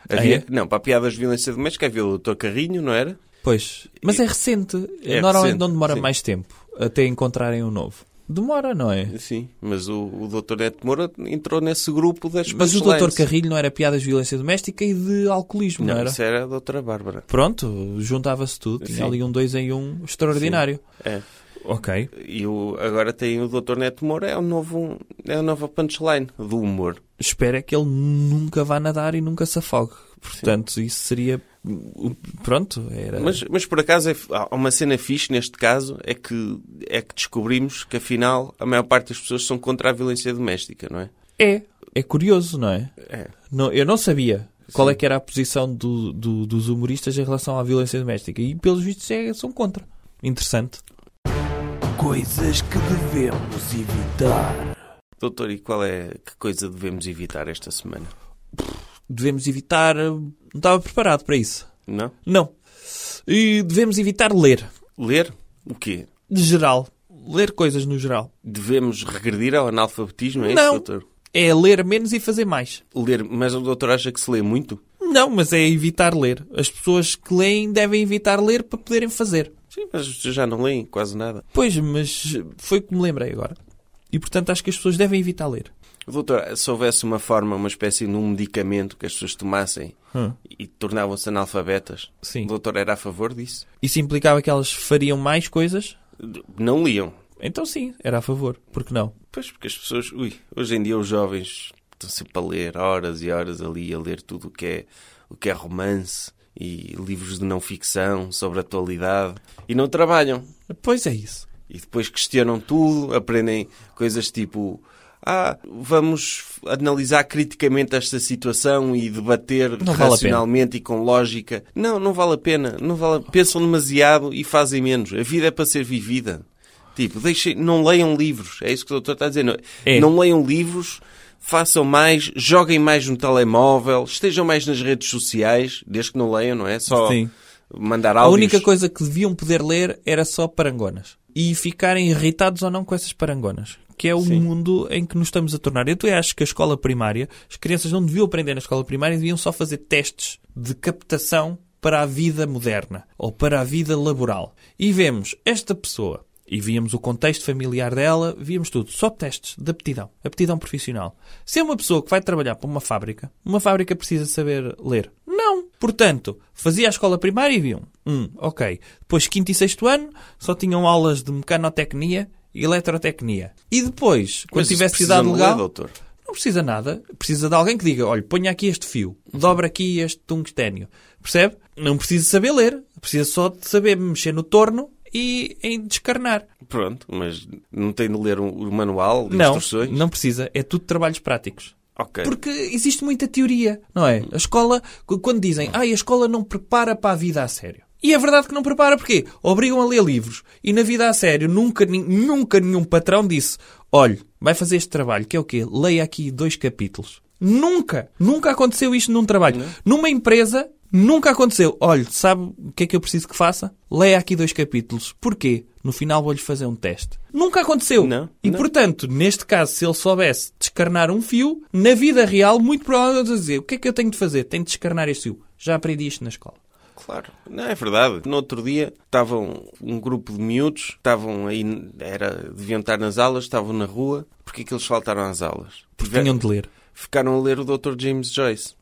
S2: Havia,
S3: é?
S2: Não, para piadas de violência doméstica havia o Dr. Carrinho, não era?
S3: Pois, mas é recente.
S2: É
S3: Normalmente
S2: recente,
S3: não demora
S2: sim.
S3: mais tempo até encontrarem um novo. Demora, não é?
S2: Sim, mas o, o Dr. Neto Moura entrou nesse grupo das
S3: Mas o
S2: punchlines.
S3: Dr. Carrilho não era piadas de violência doméstica e de alcoolismo, não,
S2: Não,
S3: era?
S2: isso era a Doutora Bárbara.
S3: Pronto, juntava-se tudo. Tinha
S2: Sim.
S3: ali um dois em um extraordinário.
S2: É.
S3: Ok.
S2: E o, agora tem o Dr. Neto Moura, é, o novo, é a nova punchline do humor.
S3: Espero é que ele nunca vá nadar e nunca se afogue. Portanto, isso seria... hum, Pronto, era...
S2: Mas, mas por acaso é, há uma cena fixe neste caso é que, é que descobrimos que afinal a maior parte das pessoas são contra a violência doméstica, não é?
S3: É. É curioso, não é?
S2: É.
S3: Não, eu não sabia. qual é que era a posição do- do- dos humoristas em relação à violência doméstica. E, pelos vistos, é- são contra. Interessante.
S1: Coisas que devemos evitar.
S2: Doutor, e qual é que coisa devemos evitar esta semana?
S3: Devemos evitar. eh, Não estava preparado para isso.
S2: Não?
S3: Não. E devemos evitar ler.
S2: Ler? O quê?
S3: De geral. Ler coisas no geral.
S2: Devemos regredir ao analfabetismo? É isso,
S3: Não.
S2: doutor?
S3: É ler menos e fazer mais.
S2: Ler, mas o doutor acha que se lê muito?
S3: Não, mas é evitar ler. As pessoas que leem devem evitar ler para poderem fazer.
S2: Sim, mas vocês já não leem quase nada.
S3: Pois, mas foi o que me lembrei agora. E portanto acho que as pessoas devem evitar ler.
S2: Doutor, se houvesse uma forma, uma espécie de um medicamento que as pessoas tomassem e tornavam-se analfabetas,
S3: Sim.
S2: o doutor era a favor disso?
S3: Isso implicava que elas fariam mais coisas?
S2: Não liam.
S3: Então sim, era a favor. Por que não?
S2: Pois, porque as pessoas... Ui, hoje em dia os jovens estão sempre a ler horas e horas ali, a ler tudo o que é, o que é romance e livros de não-ficção sobre a atualidade e não trabalham.
S3: Pois é isso.
S2: E depois questionam tudo, aprendem coisas tipo... Ah, vamos analisar criticamente esta situação e debater
S3: Não vale a
S2: racionalmente e com lógica. Não, não vale a pena. Não vale a- Pensam demasiado e fazem menos. A vida é para ser vivida. Tipo, deixem, não leiam livros. É isso que o doutor está dizendo.
S3: É.
S2: Não leiam livros, façam mais, joguem mais no telemóvel, estejam mais nas redes sociais, desde que não leiam, não é? Só
S3: Sim.
S2: mandar
S3: A
S2: áudios.
S3: única coisa que deviam poder ler era só parangonas. E ficarem irritados ou não com essas parangonas. Que é o mundo em que nos estamos a tornar. Eu até acho que a escola primária, as crianças não deviam aprender na escola primária, deviam só fazer testes de captação para a vida moderna ou para a vida laboral. E vemos esta pessoa e víamos o contexto familiar dela, víamos tudo. Só testes de aptidão, aptidão profissional. Se é uma pessoa que vai trabalhar para uma fábrica, uma fábrica precisa saber ler. Não! Portanto, fazia a escola primária e viam. Hum, ok. Depois, quinto e sexto ano, só tinham aulas de mecanotecnia e eletrotecnia. E depois, quando
S2: Mas isso
S3: tivesse
S2: precisam
S3: idade
S2: de um ler,
S3: legal...
S2: doutor.
S3: Não precisa nada. Precisa de alguém que diga, olha, ponha aqui este fio, dobra aqui este tungstênio. Percebe? Não precisa saber ler. Precisa só de saber mexer no torno e em descarnar.
S2: Pronto, mas não tem de ler o o manual de
S3: Não,
S2: instruções?
S3: não precisa. É tudo trabalhos práticos.
S2: Ok.
S3: Porque existe muita teoria, não é? A escola, qu- quando dizem, ai, a escola não prepara para a vida a sério. E é verdade que não prepara, porquê? Obrigam a ler livros. E na vida a sério, nunca, nin- nunca nenhum patrão disse, olhe, vai fazer este trabalho, que é o quê? Leia aqui dois capítulos. Nunca, nunca aconteceu isto num trabalho. Numa empresa, nunca aconteceu. Olhe, sabe o que é que eu preciso que faça? Leia aqui dois capítulos. Porquê? No final vou-lhe fazer um teste. Nunca aconteceu.
S2: Não,
S3: e
S2: não.
S3: por Portanto, neste caso, se ele soubesse descarnar um fio, na vida real, muito provavelmente ia dizer: o que é que eu tenho de fazer? Tenho de descarnar este fio. Já aprendi isto na escola.
S2: Claro, não é verdade. No outro dia estavam um grupo de miúdos, estavam aí, era, deviam estar nas aulas, estavam na rua. Porquê que eles faltaram às aulas? Porque
S3: Tinham de ler.
S2: ficaram a ler o Dr. James Joyce.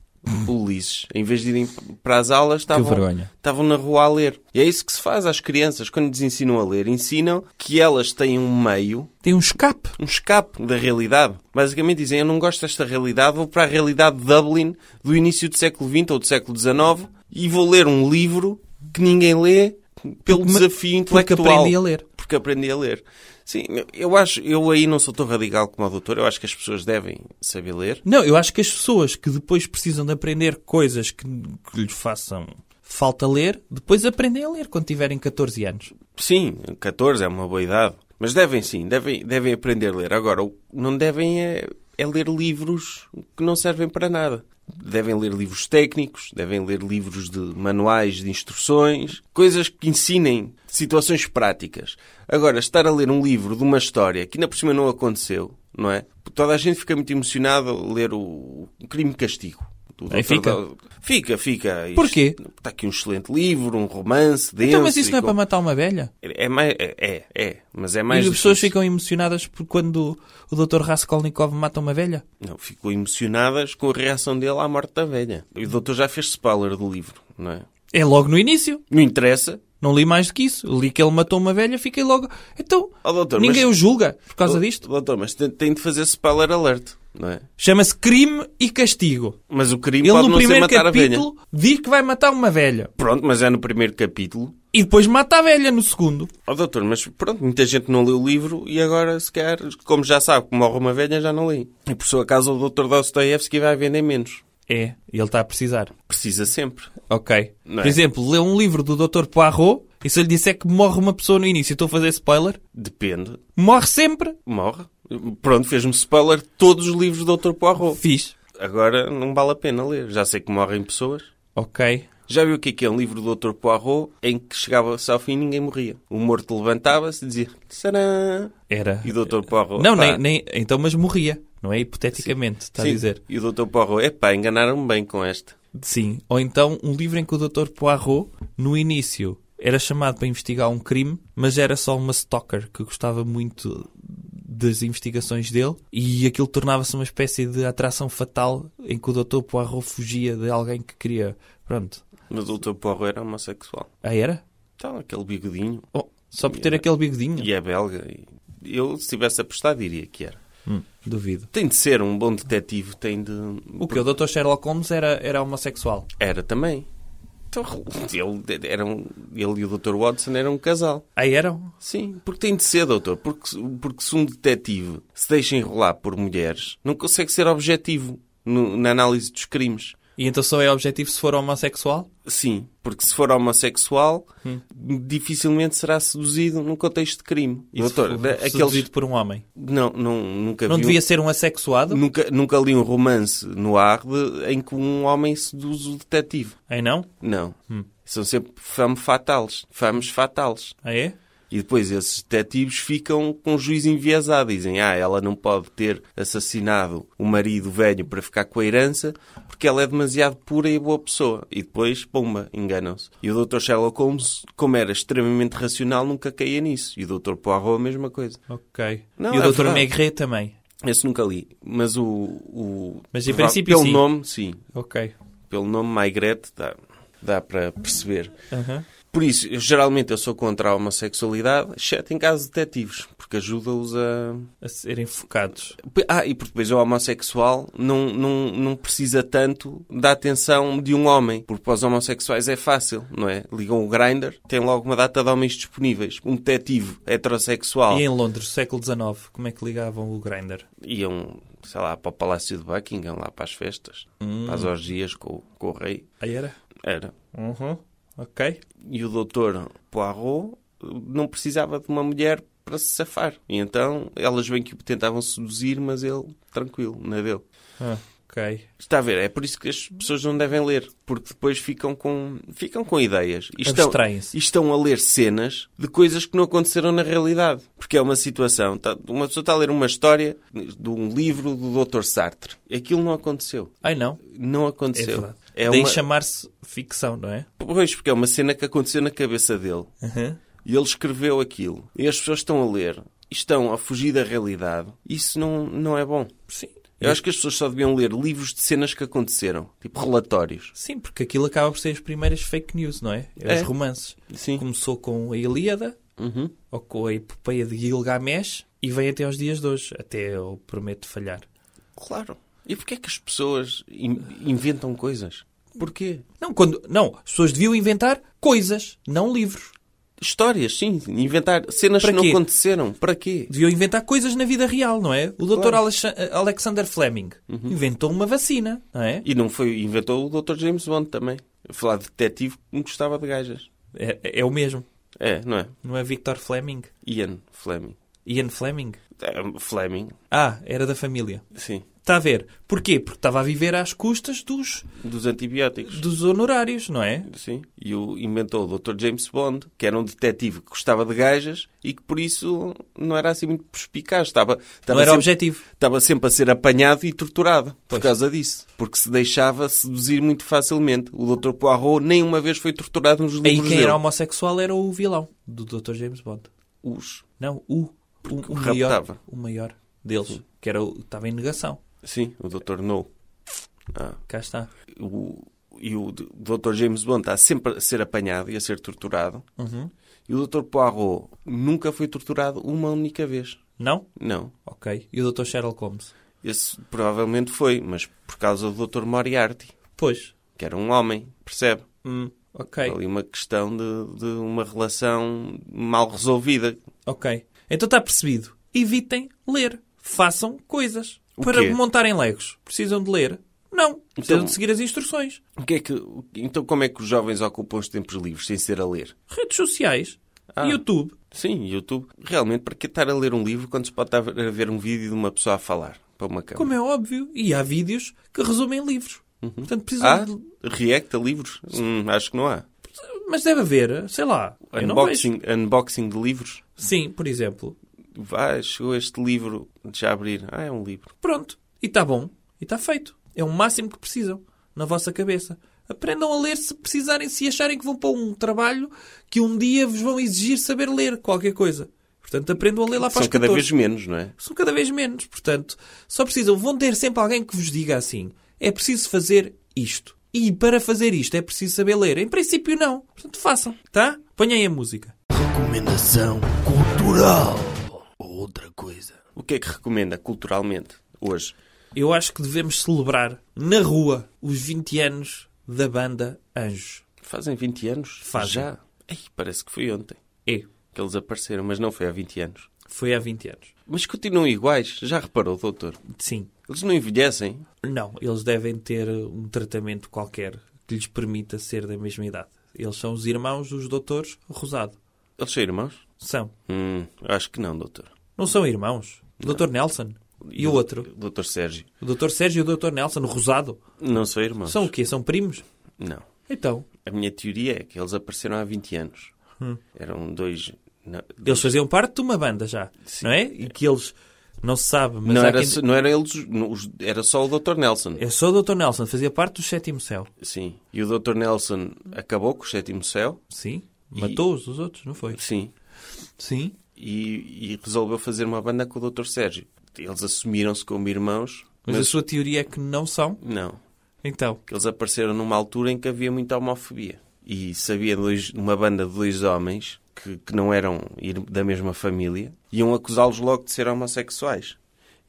S2: Ulisses, em vez de irem para as aulas, estavam,
S3: vergonha.
S2: estavam na rua a ler. E é isso que se faz às crianças quando lhes ensinam a ler. Ensinam que elas têm um meio,
S3: Tem um escape.
S2: um escape da realidade. Basicamente dizem: Eu não gosto desta realidade, vou para a realidade de Dublin do início do século XX ou do século XIX e vou ler um livro que ninguém lê pelo
S3: Porque me-
S2: desafio
S3: porque
S2: intelectual.
S3: aprendi a ler.
S2: Porque aprendi a ler. Sim, eu acho, eu aí não sou tão radical como o doutor, eu acho que as pessoas devem saber ler.
S3: Não, eu acho que as pessoas que depois precisam de aprender coisas que, que lhes façam falta ler, depois aprendem a ler quando tiverem 14 anos.
S2: Sim, 14 é uma boa idade. Mas devem sim, devem, devem aprender a ler. Agora, o que não devem é, é ler livros que não servem para nada. Devem ler livros técnicos, devem ler livros de manuais de instruções, coisas que ensinem situações práticas. Agora, estar a ler um livro de uma história que ainda por cima não aconteceu, não é? Toda a gente fica muito emocionada a ler o o Crime e Castigo. do
S3: Aí
S2: Dr.
S3: fica.
S2: Dal- Fica, fica. Isto-
S3: Porquê?
S2: Está aqui um excelente livro, um romance denso.
S3: então, mas isso
S2: e
S3: não é
S2: com-
S3: para matar uma velha?
S2: é mais. É, é, é, mas é mais.
S3: e as pessoas
S2: difícil.
S3: ficam emocionadas por quando o Dr. Raskolnikov mata uma velha?
S2: Não, ficou emocionadas com a reação dele à morte da velha. E o doutor já fez spoiler do livro, não é?
S3: É logo no início.
S2: Não interessa.
S3: Não li mais do que isso. Li que ele matou uma velha, fiquei logo. Então,
S2: Ó, doutor,
S3: ninguém
S2: mas-
S3: o julga por causa disto.
S2: Doutor, mas tem, tem de fazer spoiler alert, não é?
S3: Chama-se crime e castigo.
S2: Mas o crime
S3: Ele
S2: pode
S3: no
S2: não ser
S3: primeiro
S2: matar a velha.
S3: capítulo diz que vai matar uma velha.
S2: Pronto, mas é no primeiro capítulo.
S3: E depois mata a velha no segundo.
S2: Ó doutor, mas pronto, muita gente não leu o livro e agora, se calhar, como já sabe que morre uma velha, já não li. E por sua casa o doutor Dostoevsky vai vender menos.
S3: É, ele está a precisar.
S2: Precisa sempre.
S3: Ok.
S2: Não
S3: Por
S2: é?
S3: exemplo, lê um livro do Dr. Poirot e se eu lhe disser que morre uma pessoa no início, estou a fazer spoiler,
S2: Depende.
S3: morre sempre.
S2: Morre. Pronto, fez-me spoiler de todos os livros do Dr. Poirot.
S3: Fiz.
S2: Agora não vale a pena ler. Já sei que morrem pessoas.
S3: Ok.
S2: Já viu o que é que é um livro do Dr. Poirot em que chegava-se ao fim e ninguém morria? O morto levantava-se e dizia Sarã!
S3: Era.
S2: E o Dr. Poirot.
S3: Eh, Não,
S2: "Pá."
S3: nem, nem. Então, mas morria. Não é hipoteticamente, está a
S2: Sim.
S3: dizer.
S2: E o Dr. Poirot, epá, enganaram-me bem com este.
S3: Sim. Ou então, um livro em que o Dr. Poirot, no início, era chamado para investigar um crime, mas era só uma stalker que gostava muito das investigações dele e aquilo tornava-se uma espécie de atração fatal em que o Dr. Poirot fugia de alguém que queria. Pronto.
S2: Mas o Dr. Poirot era homossexual.
S3: Ah, era?
S2: Então, aquele bigodinho.
S3: Oh, só por ter aquele bigodinho?
S2: E é belga. E Eu, se tivesse apostado, diria que era.
S3: Hum, duvido.
S2: Tem de ser um bom detetive, tem de...
S3: O que? O Dr. Sherlock Holmes era, era homossexual.
S2: Era também. Então, ele, era um- ele e o Dr. Watson eram um casal.
S3: Ah, eram?
S2: Sim, porque tem de ser, doutor. Porque, se- porque se um detetive se deixa enrolar por mulheres, não consegue ser objetivo no- na análise dos crimes.
S3: E então só é objetivo se for homossexual?
S2: Sim, porque se for homossexual,
S3: Hum.
S2: dificilmente será seduzido num contexto de crime.
S3: E se
S2: doutor,
S3: for
S2: da-
S3: seduzido por um homem?
S2: Não, não, nunca
S3: Não
S2: vi um-
S3: devia ser um assexuado?
S2: Nunca, nunca li um romance no ar de- em que um homem seduz o detetive.
S3: Aí não?
S2: Não.
S3: Hum.
S2: São sempre fame fatales. Fames fatales.
S3: Aí é?
S2: E depois esses detetives ficam com um juízo enviesado. Dizem, ah, ela não pode ter assassinado o marido velho para ficar com a herança porque ela é demasiado pura e boa pessoa. E depois, pumba, enganam-se. E o Dr. Sherlock Holmes, como era extremamente racional, nunca caía nisso. E o Dr. Poirot, a mesma coisa.
S3: Ok.
S2: Não,
S3: e o
S2: é
S3: Dr.
S2: verdade.
S3: Maigret também?
S2: Esse nunca li. Mas o... o-
S3: Mas em
S2: prova-
S3: princípio,
S2: Pelo
S3: sim.
S2: nome, sim.
S3: Ok.
S2: Pelo nome, Maigret, dá, dá para perceber.
S3: Aham.
S2: Por isso, eu, geralmente eu sou contra a homossexualidade, exceto em casos de detetives, porque ajuda-os a...
S3: A serem focados.
S2: Ah, e porque depois o homossexual não, não, não precisa tanto da atenção de um homem, porque para os homossexuais é fácil, não é? Ligam o grinder, tem logo uma data de homens disponíveis. Um detetive heterossexual
S3: E em Londres, século XIX, como é que ligavam o grinder?
S2: iam, um, sei lá, para o Palácio de Buckingham, lá para as festas, para as orgias com, o- com o rei.
S3: Aí era?
S2: Ah, Era.
S3: Uhum. Ok.
S2: E o doutor Poirot não precisava de uma mulher para se safar. E então elas bem que o tentavam seduzir, mas ele, tranquilo, na dele.
S3: Ah, ok.
S2: Está a ver, é por isso que as pessoas não devem ler, porque depois ficam com, ficam com ideias. E estão,
S3: Abstraem-se.
S2: e estão a ler cenas de coisas que não aconteceram na realidade. Porque é uma situação, tá- uma pessoa está a ler uma história de um livro do Dr. Sartre. Aquilo não aconteceu.
S3: Ai não.
S2: Não
S3: É
S2: aconteceu.
S3: verdade.
S2: É
S3: Daí
S2: uma,
S3: chamar-se ficção, não é?
S2: Pois, porque é uma cena que aconteceu na cabeça dele.
S3: Aham.
S2: E ele escreveu aquilo. E as pessoas estão a ler. e Estão a fugir da realidade. Isso não, não é bom.
S3: Sim.
S2: Eu acho que as pessoas só deviam ler livros de cenas que aconteceram. Tipo relatórios.
S3: Sim, porque aquilo acaba por ser as primeiras fake news, não é? É
S2: É.
S3: Os romances.
S2: Sim.
S3: Começou com a Ilíada,
S2: Uhum.
S3: ou com a epopeia de Gilgamesh, e vem até aos dias de hoje. Até eu prometo falhar.
S2: Claro. E porquê é que as pessoas in- inventam coisas? Porquê?
S3: Não, quando, não, as pessoas deviam inventar coisas, não livros.
S2: Histórias, sim. Inventar cenas
S3: Para
S2: que não
S3: quê?
S2: aconteceram. Para quê?
S3: Deviam inventar coisas na vida real, não é? O Dr.
S2: Claro. Uhum.
S3: Alexa- Alexander Fleming inventou uma vacina, não é?
S2: E não foi... Inventou o Dr. James Bond também. A Falar de detetive que me gostava de gajas.
S3: é? É o mesmo,
S2: É, não é?
S3: não é Victor Fleming?
S2: Ian Fleming.
S3: Ian Fleming?
S2: É, Fleming.
S3: Ah, era da família.
S2: Sim.
S3: Está a ver? Porquê? Porque estava a viver às custas dos,
S2: Dos antibióticos.
S3: dos honorários, não é?
S2: Sim. E o inventou o Dr. James Bond, que era um detetive que gostava de gajas e que por isso não era assim muito perspicaz. Estava,
S3: Não
S2: estava,
S3: era
S2: sempre,
S3: objetivo.
S2: estava sempre a ser apanhado e torturado
S3: Pois.
S2: por causa disso. Porque se deixava seduzir muito facilmente. O Dr. Poirot nem uma vez foi torturado nos
S3: Aí
S2: livros
S3: quem
S2: dele.
S3: era homossexual era o vilão do Dr. James Bond.
S2: Os.
S3: Não, o, o, o maior,
S2: raptava.
S3: o maior deles, que era o, estava em negação.
S2: Sim, o Dr. No. Ah,
S3: Cá está.
S2: o, e o Dr. James Bond está sempre a ser apanhado e a ser torturado.
S3: Uhum.
S2: E o Dr. Poirot nunca foi torturado uma única vez.
S3: Não?
S2: Não.
S3: Ok. E o Dr. Sherlock Holmes?
S2: Esse provavelmente foi, mas por causa do Dr. Moriarty,
S3: Pois.
S2: que era um homem, percebe?
S3: Hum, ok.
S2: Ali uma questão de, de uma relação mal resolvida.
S3: Ok. Então está percebido. Evitem ler. Façam coisas.
S2: O
S3: para
S2: quê?
S3: montarem legos. Precisam de ler? Não. Precisam
S2: Então-
S3: de seguir as instruções.
S2: O que é que, então como é que os jovens ocupam os tempos livres sem ser a ler?
S3: Redes sociais.
S2: Ah.
S3: YouTube.
S2: Sim, YouTube. Realmente, para que estar a ler um livro quando se pode estar a ver um vídeo de uma pessoa a falar para uma câmera?
S3: Como é óbvio. E há vídeos que resumem livros.
S2: Uhum.
S3: Portanto, precisam
S2: Há?
S3: de...
S2: React a livros? Hum, acho que não há.
S3: Mas deve haver, sei lá. Eu não vejo.
S2: Unboxing, unboxing de livros?
S3: Sim, por exemplo.
S2: Vai, chegou este livro, deixa abrir. Ah, é um livro.
S3: Pronto. E está bom. E está feito. É o máximo que precisam. Na vossa cabeça. Aprendam a ler se precisarem, se acharem que vão para um trabalho que um dia vos vão exigir saber ler qualquer coisa. Portanto, aprendam a ler lá para os
S2: São cada
S3: 14.
S2: vez menos, não é?
S3: são cada vez menos. Portanto, só precisam, vão ter sempre alguém que vos diga assim: é preciso fazer isto. E para fazer isto é preciso saber ler. Em princípio, não. Portanto, façam, tá? Ponham aí a música.
S1: Recomendação cultural. Ou Outra coisa.
S2: O que é que recomenda culturalmente hoje?
S3: Eu acho que devemos celebrar na rua os 20 anos da banda Anjos.
S2: Fazem 20 anos?
S3: Fazem.
S2: Já? Ei, parece que foi ontem
S3: É,
S2: que eles apareceram, mas não foi há 20 anos.
S3: foi há 20 anos.
S2: Mas continuam iguais, já reparou, doutor?
S3: Sim.
S2: Eles não envelhecem.
S3: Não, eles devem ter um tratamento qualquer que lhes permita ser da mesma idade. Eles são os irmãos dos doutores Rosado.
S2: Eles são irmãos?
S3: São.
S2: Hum, acho que não, doutor.
S3: Não são irmãos? O Dr. Nelson e o outro?
S2: Doutor Sérgio.
S3: O Dr. Sérgio e o Dr. Nelson Rosado?
S2: Não são irmãos.
S3: São o quê? São primos?
S2: Não.
S3: Então,
S2: A minha teoria é que eles apareceram há 20 anos.
S3: Hum.
S2: Eram dois... Não,
S3: eles faziam parte de uma banda já, não é? E que eles, não se sabe, mas
S2: não,
S3: há
S2: era,
S3: quem-
S2: só- não era eles... não, os- Era só o doutor Nelson.
S3: é só o Dr. Nelson, fazia parte do Sétimo Céu.
S2: Sim. E o doutor Nelson acabou com o sétimo céu.
S3: Sim? Matou-os, os outros, não foi?
S2: Sim.
S3: Sim.
S2: E, e resolveu fazer uma banda com o doutor Sérgio. Eles assumiram-se como irmãos,
S3: Mas,
S2: mas
S3: a sua teoria é que não são?
S2: não.
S3: Então,
S2: que eles apareceram numa altura em que havia muita homofobia. E sabia dois, uma banda de dois homens que, que não eram ir- da mesma família, iam acusá-los logo de serem homossexuais.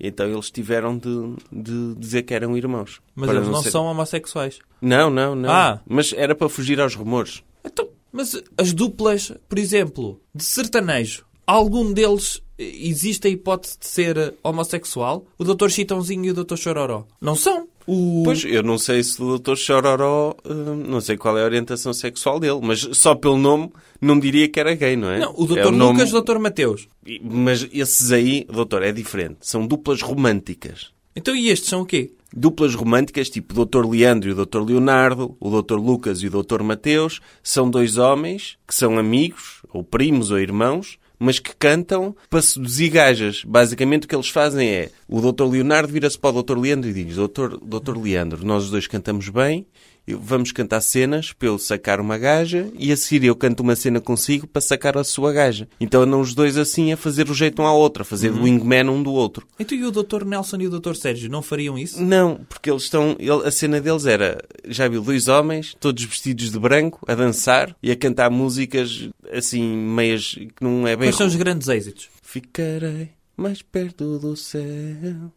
S2: E então eles tiveram de, de dizer que eram irmãos.
S3: mas
S2: Para
S3: eles não
S2: ser-
S3: são homossexuais.
S2: Não, não, não.
S3: Ah.
S2: Mas era para fugir aos rumores.
S3: Então, mas as duplas, por exemplo, de sertanejo, algum deles eh, existe a hipótese de ser eh, homossexual? O Dr. Chitãozinho e o Dr. Chororó? Não são. O...
S2: Pois, eu não sei se o Dr. Chororó, hum, não sei qual é a orientação sexual dele, mas só pelo nome não diria que era gay, não é?
S3: Não, o Dr.
S2: É nome-
S3: Lucas, o Dr. Mateus.
S2: E- Mas esses aí, doutor, é diferente. São duplas românticas.
S3: Então e estes são o quê?
S2: Duplas românticas tipo o Dr. Leandro e o Dr. Leonardo, o Dr. Lucas e o Dr. Mateus, são dois homens que são amigos, ou primos ou irmãos, mas que cantam para seduzir gajas. Basicamente o que eles fazem é, o Dr. Leonardo vira-se para o Dr. Leandro e diz, Dr. Dr. Leandro, nós os dois cantamos bem, eu- vamos cantar cenas para eu sacar uma gaja e a seguir eu canto uma cena consigo para sacar a sua gaja. Então andam os dois assim a fazer o jeito um ao outro, a fazer do wingman um do outro.
S3: Então e o Dr. Nelson e o Dr. Sérgio não fariam isso?
S2: Não, porque eles estão. ele- a cena deles era. Já viu dois homens, todos vestidos de branco, a dançar e a cantar músicas assim, meias. que não é bem.
S3: Quais são os grandes êxitos?
S2: Ficarei mais perto do céu.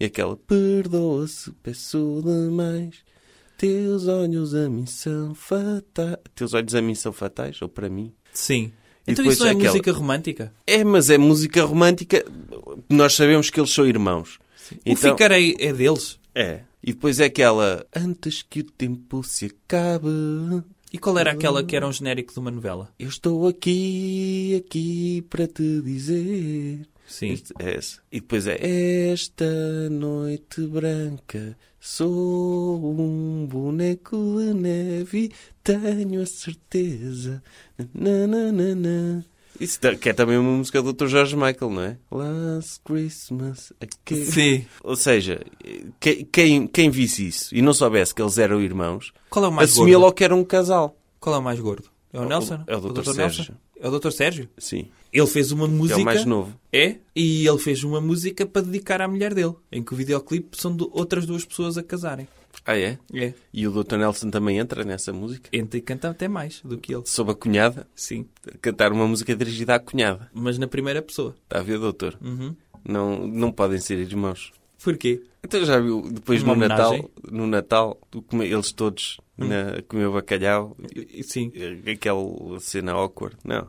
S2: E aquela. Perdoa-se, peço demais. Teus olhos a mim são fatais. Teus olhos a mim são fatais, ou para mim?
S3: Sim.
S2: E
S3: então
S2: depois
S3: isso não é
S2: aquela-
S3: música romântica?
S2: É, mas é música romântica. Nós sabemos que eles são irmãos. Então-
S3: O Ficarei é deles?
S2: É. E depois é aquela. Antes que o tempo se acabe,
S3: E qual era aquela que era um genérico de uma novela?
S2: eu estou aqui, aqui para te dizer.
S3: Sim.
S2: Este- é esse. E depois é. Esta noite branca, sou um boneco de neve, tenho a certeza. Nananana. Isso tá- que é também uma música do Dr. George Michael, não é? Last Christmas, aqui.
S3: Sim.
S2: Ou seja, que- quem, quem visse isso e não soubesse que eles eram irmãos,
S3: Qual é o mais
S2: assumia
S3: gordo?
S2: logo que era um casal.
S3: Qual é o mais gordo? É o,
S2: o-
S3: Nelson?
S2: é o Dr. Sérgio.
S3: É o Dr. Sérgio?
S2: Sim.
S3: Ele fez uma
S2: Que
S3: música...
S2: é o mais novo.
S3: É, e ele fez uma música para dedicar à mulher dele, em que o videoclipe são de outras duas pessoas a casarem.
S2: Ah, é?
S3: É.
S2: E o Dr. Nelson também entra nessa música?
S3: Entra e canta até mais do que ele.
S2: Sob a cunhada?
S3: Sim.
S2: Cantar uma música dirigida à cunhada.
S3: Mas na primeira pessoa.
S2: Está a ver, doutor?
S3: Uhum.
S2: Não, não podem ser irmãos.
S3: Porquê?
S2: Então já viu, depois
S3: Uma
S2: no Natal,
S3: homenagem? Hum.
S2: no Natal, o come- eles todos na, a comer bacalhau,
S3: E- e- Sim.
S2: e- aquela cena awkward. Não.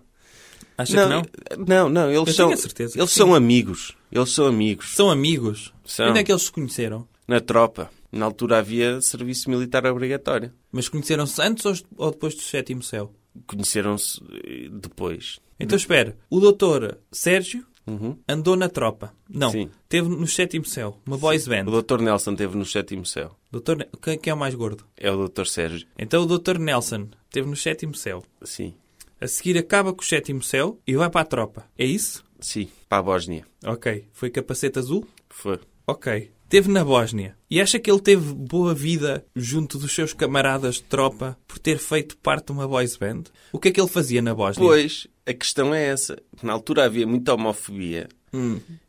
S3: Acha que não?
S2: não, não, eles
S3: Eu
S2: são.
S3: tenho a certeza
S2: eles
S3: que
S2: são amigos. Eles são amigos.
S3: São amigos.
S2: São.
S3: Onde é que eles se conheceram?
S2: Na tropa. Na altura havia serviço militar obrigatório.
S3: Mas conheceram-se antes ou- ou depois do sétimo céu?
S2: Conheceram-se eh, depois.
S3: Então espera, o doutor Sérgio
S2: Uhum.
S3: andou na tropa. Não,
S2: Sim.
S3: teve no sétimo céu, uma boys band.
S2: O Dr. Nelson teve no sétimo céu.
S3: Doutor, Ne- quem, quem é o mais gordo?
S2: É o Dr. Sérgio.
S3: Então o doutor Nelson teve no sétimo céu.
S2: Sim.
S3: A seguir acaba com o sétimo céu e vai para a tropa. É isso?
S2: Sim. Para a Bósnia.
S3: Ok. Foi capacete azul?
S2: Foi.
S3: Ok. Teve na Bósnia. E acha que ele teve boa vida junto dos seus camaradas de tropa por ter feito parte de uma boys band? O que é que ele fazia na Bósnia?
S2: Pois, a questão é essa. Na altura havia muita homofobia.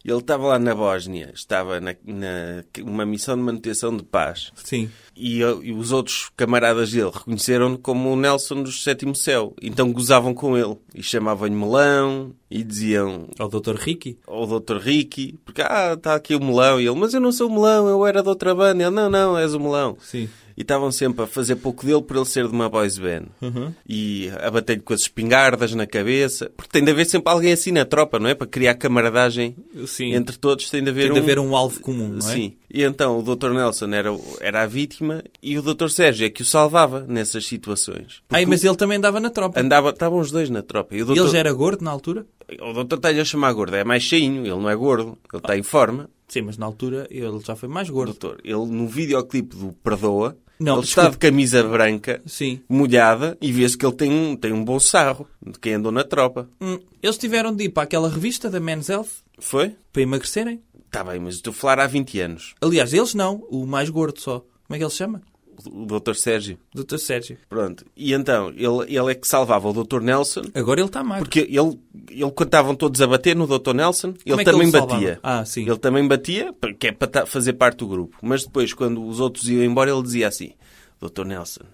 S2: Ele estava lá na Bósnia, estava na, na- uma missão de manutenção de paz.
S3: Sim.
S2: E, eu- e os outros camaradas dele reconheceram-no como o Nelson do Sétimo Céu. Então gozavam com ele. E chamavam-lhe melão. E diziam
S3: Ao doutor Ricky?
S2: ao Dr. Ricky. Porque, ah, está aqui o melão. E ele, mas eu não sou o melão, eu era de outra banda. Ele, não, não, és o melão.
S3: Sim.
S2: E estavam sempre a fazer pouco dele por ele ser de uma boys band.
S3: Uhum.
S2: E a bater-lhe com as espingardas na cabeça. Porque tem de haver sempre alguém assim na tropa, não é? Para criar camaradagem
S3: Sim.
S2: entre todos tem de haver
S3: Tem
S2: um...
S3: de haver um alvo comum, não é?
S2: Sim. E então o Dr. Nelson era, o- era a vítima e o Dr. Sérgio é que o salvava nessas situações.
S3: Ai, mas ele também andava na tropa.
S2: Andava, estavam os dois na tropa. E o
S3: E
S2: doutor,
S3: ele já era gordo na altura?
S2: o doutor está-lhe a chamar gordo. É mais cheinho, ele não é gordo. Ele está em forma.
S3: Sim, mas na altura ele já foi mais gordo.
S2: Doutor, ele no videoclipe do Perdoa,
S3: Não,
S2: ele está
S3: desculpe.
S2: de camisa branca,
S3: Sim.
S2: molhada, e vê-se que ele tem um, tem um bom sarro de quem andou na tropa.
S3: Hum, Eles tiveram de ir para aquela revista da Men's Health
S2: Foi?
S3: para emagrecerem.
S2: Está bem, mas estou a falar há 20 anos.
S3: Aliás, eles não. O mais gordo só. Como é que ele se chama?
S2: O doutor Sérgio.
S3: Dr. Sérgio.
S2: Pronto. E então, ele, ele é que salvava o doutor Nelson,
S3: Agora ele está magro.
S2: porque ele, ele quando estavam todos a bater no doutor Nelson,
S3: Como
S2: ele
S3: é que
S2: também
S3: ele salvava?
S2: batia.
S3: Ah, sim.
S2: Ele também batia, porque é para ta- fazer parte do grupo. Mas depois, quando os outros iam embora, ele dizia assim, doutor Nelson,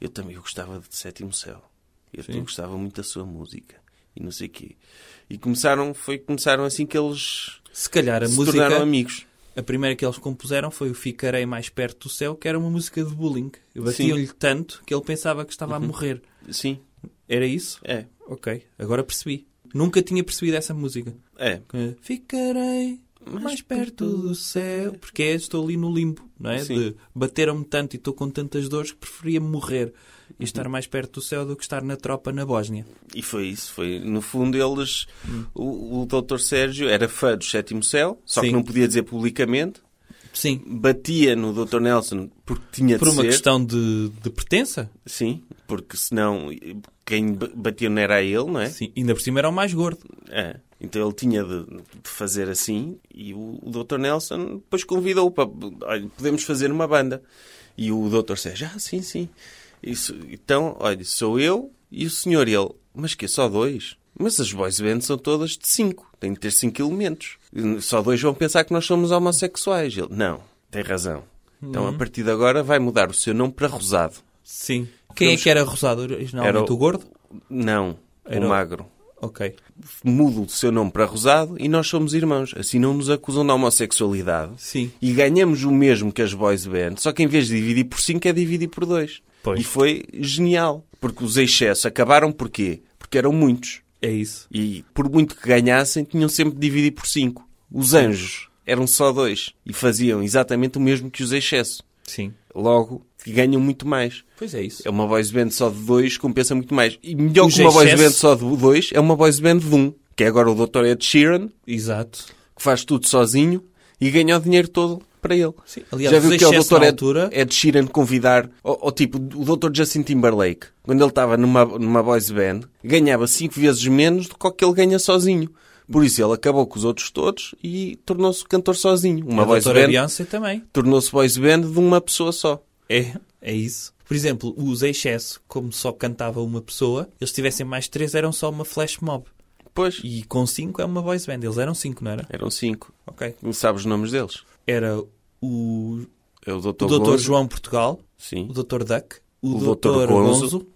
S2: eu também eu gostava de Sétimo Céu. Eu, eu gostava muito da sua música. E não sei quê. E começaram, foi, começaram assim que eles
S3: Se calhar a
S2: se
S3: música...
S2: tornaram amigos.
S3: A primeira que eles compuseram foi o Ficarei Mais Perto do Céu, que era uma música de bullying. Batiam-lhe tanto que ele pensava que estava
S2: Uhum.
S3: a morrer.
S2: Sim,
S3: Era isso?
S2: é.
S3: Ok. Agora percebi. Nunca tinha percebido essa música.
S2: É.
S3: Que Ficarei mais perto do céu. Porque é, estou ali no limbo, não é?
S2: Sim.
S3: De bateram-me tanto e estou com tantas dores que preferia morrer e estar mais perto do céu do que estar na tropa na Bósnia.
S2: E foi isso, foi. No fundo, eles.
S3: Hum.
S2: O, o Dr. Sérgio era fã do Sétimo Céu, só
S3: Sim.
S2: que não podia dizer publicamente.
S3: Sim.
S2: Batia no Dr. Nelson porque tinha
S3: Por
S2: de
S3: uma
S2: ser.
S3: questão de, de pertença.
S2: Sim, porque senão quem ba- batia não era ele, não é?
S3: Sim. Ainda por cima era o mais gordo.
S2: É. Então ele tinha de, de fazer assim e o, o Dr. Nelson depois convidou-o para. Olha, podemos fazer uma banda. E o Dr. Sérgio, ah, sim, sim. Isso, então, olha, sou eu e o senhor ele. Mas que só dois? Mas as boys bands são todas de cinco. Tem de ter cinco elementos. Só dois vão pensar que nós somos homossexuais. Ele, não, tem razão. Então, a
S3: Uhum.
S2: partir de agora, vai mudar o seu nome para Rosado.
S3: Sim. Quem é que era rosado originalmente?
S2: Era
S3: o gordo?
S2: Não,
S3: Era o-
S2: o magro.
S3: Ok.
S2: muda o seu nome para Rosado e nós somos irmãos. Assim não nos acusam de homossexualidade.
S3: Sim.
S2: E ganhamos o mesmo que as boys band, só que em vez de dividir por 5 é dividir por 2.
S3: Pois.
S2: E foi genial, porque os excessos acabaram porquê? Porque eram muitos.
S3: É isso.
S2: E por muito que ganhassem, tinham sempre de dividir por 5. Os anjos eram só dois e faziam exatamente o mesmo que os excessos.
S3: Sim.
S2: Logo, ganham muito mais.
S3: Pois é isso.
S2: É uma boys band só de dois, compensa muito mais. E melhor
S3: Os
S2: que uma boys
S3: excesso-
S2: band só de dois, é uma boys band de um. Que é agora o Dr. Ed Sheeran,
S3: Exato.
S2: que faz tudo sozinho e ganha o dinheiro todo para ele.
S3: Sim. Aliás, os excessos
S2: Dr.
S3: na
S2: é Ed,
S3: altura-
S2: Ed Sheeran convidar, ou, ou tipo, o Dr. Justin Timberlake, quando ele estava numa, numa boys band, ganhava cinco vezes menos do que o que ele ganha sozinho. Por isso ele acabou com os outros todos e tornou-se cantor sozinho. Uma
S3: a
S2: voz
S3: doutora
S2: band
S3: Beyoncé também.
S2: tornou-se voice band de uma pessoa só.
S3: É, é isso. Por exemplo, os excesso, como só cantava uma pessoa, eles tivessem mais três, eram só uma flash mob.
S2: Pois,
S3: E com cinco é uma voice band. Eles eram cinco, não era?
S2: eram cinco.
S3: Ok.
S2: Não sabes os nomes deles?
S3: Era o,
S2: É o
S3: o
S2: Dr.
S3: Dr.
S2: Gonzo.
S3: João Portugal,
S2: Sim.
S3: o Dr. Duck, o,
S2: O
S3: Dr.
S2: Dr.
S3: Gonzo,
S2: Gonzo.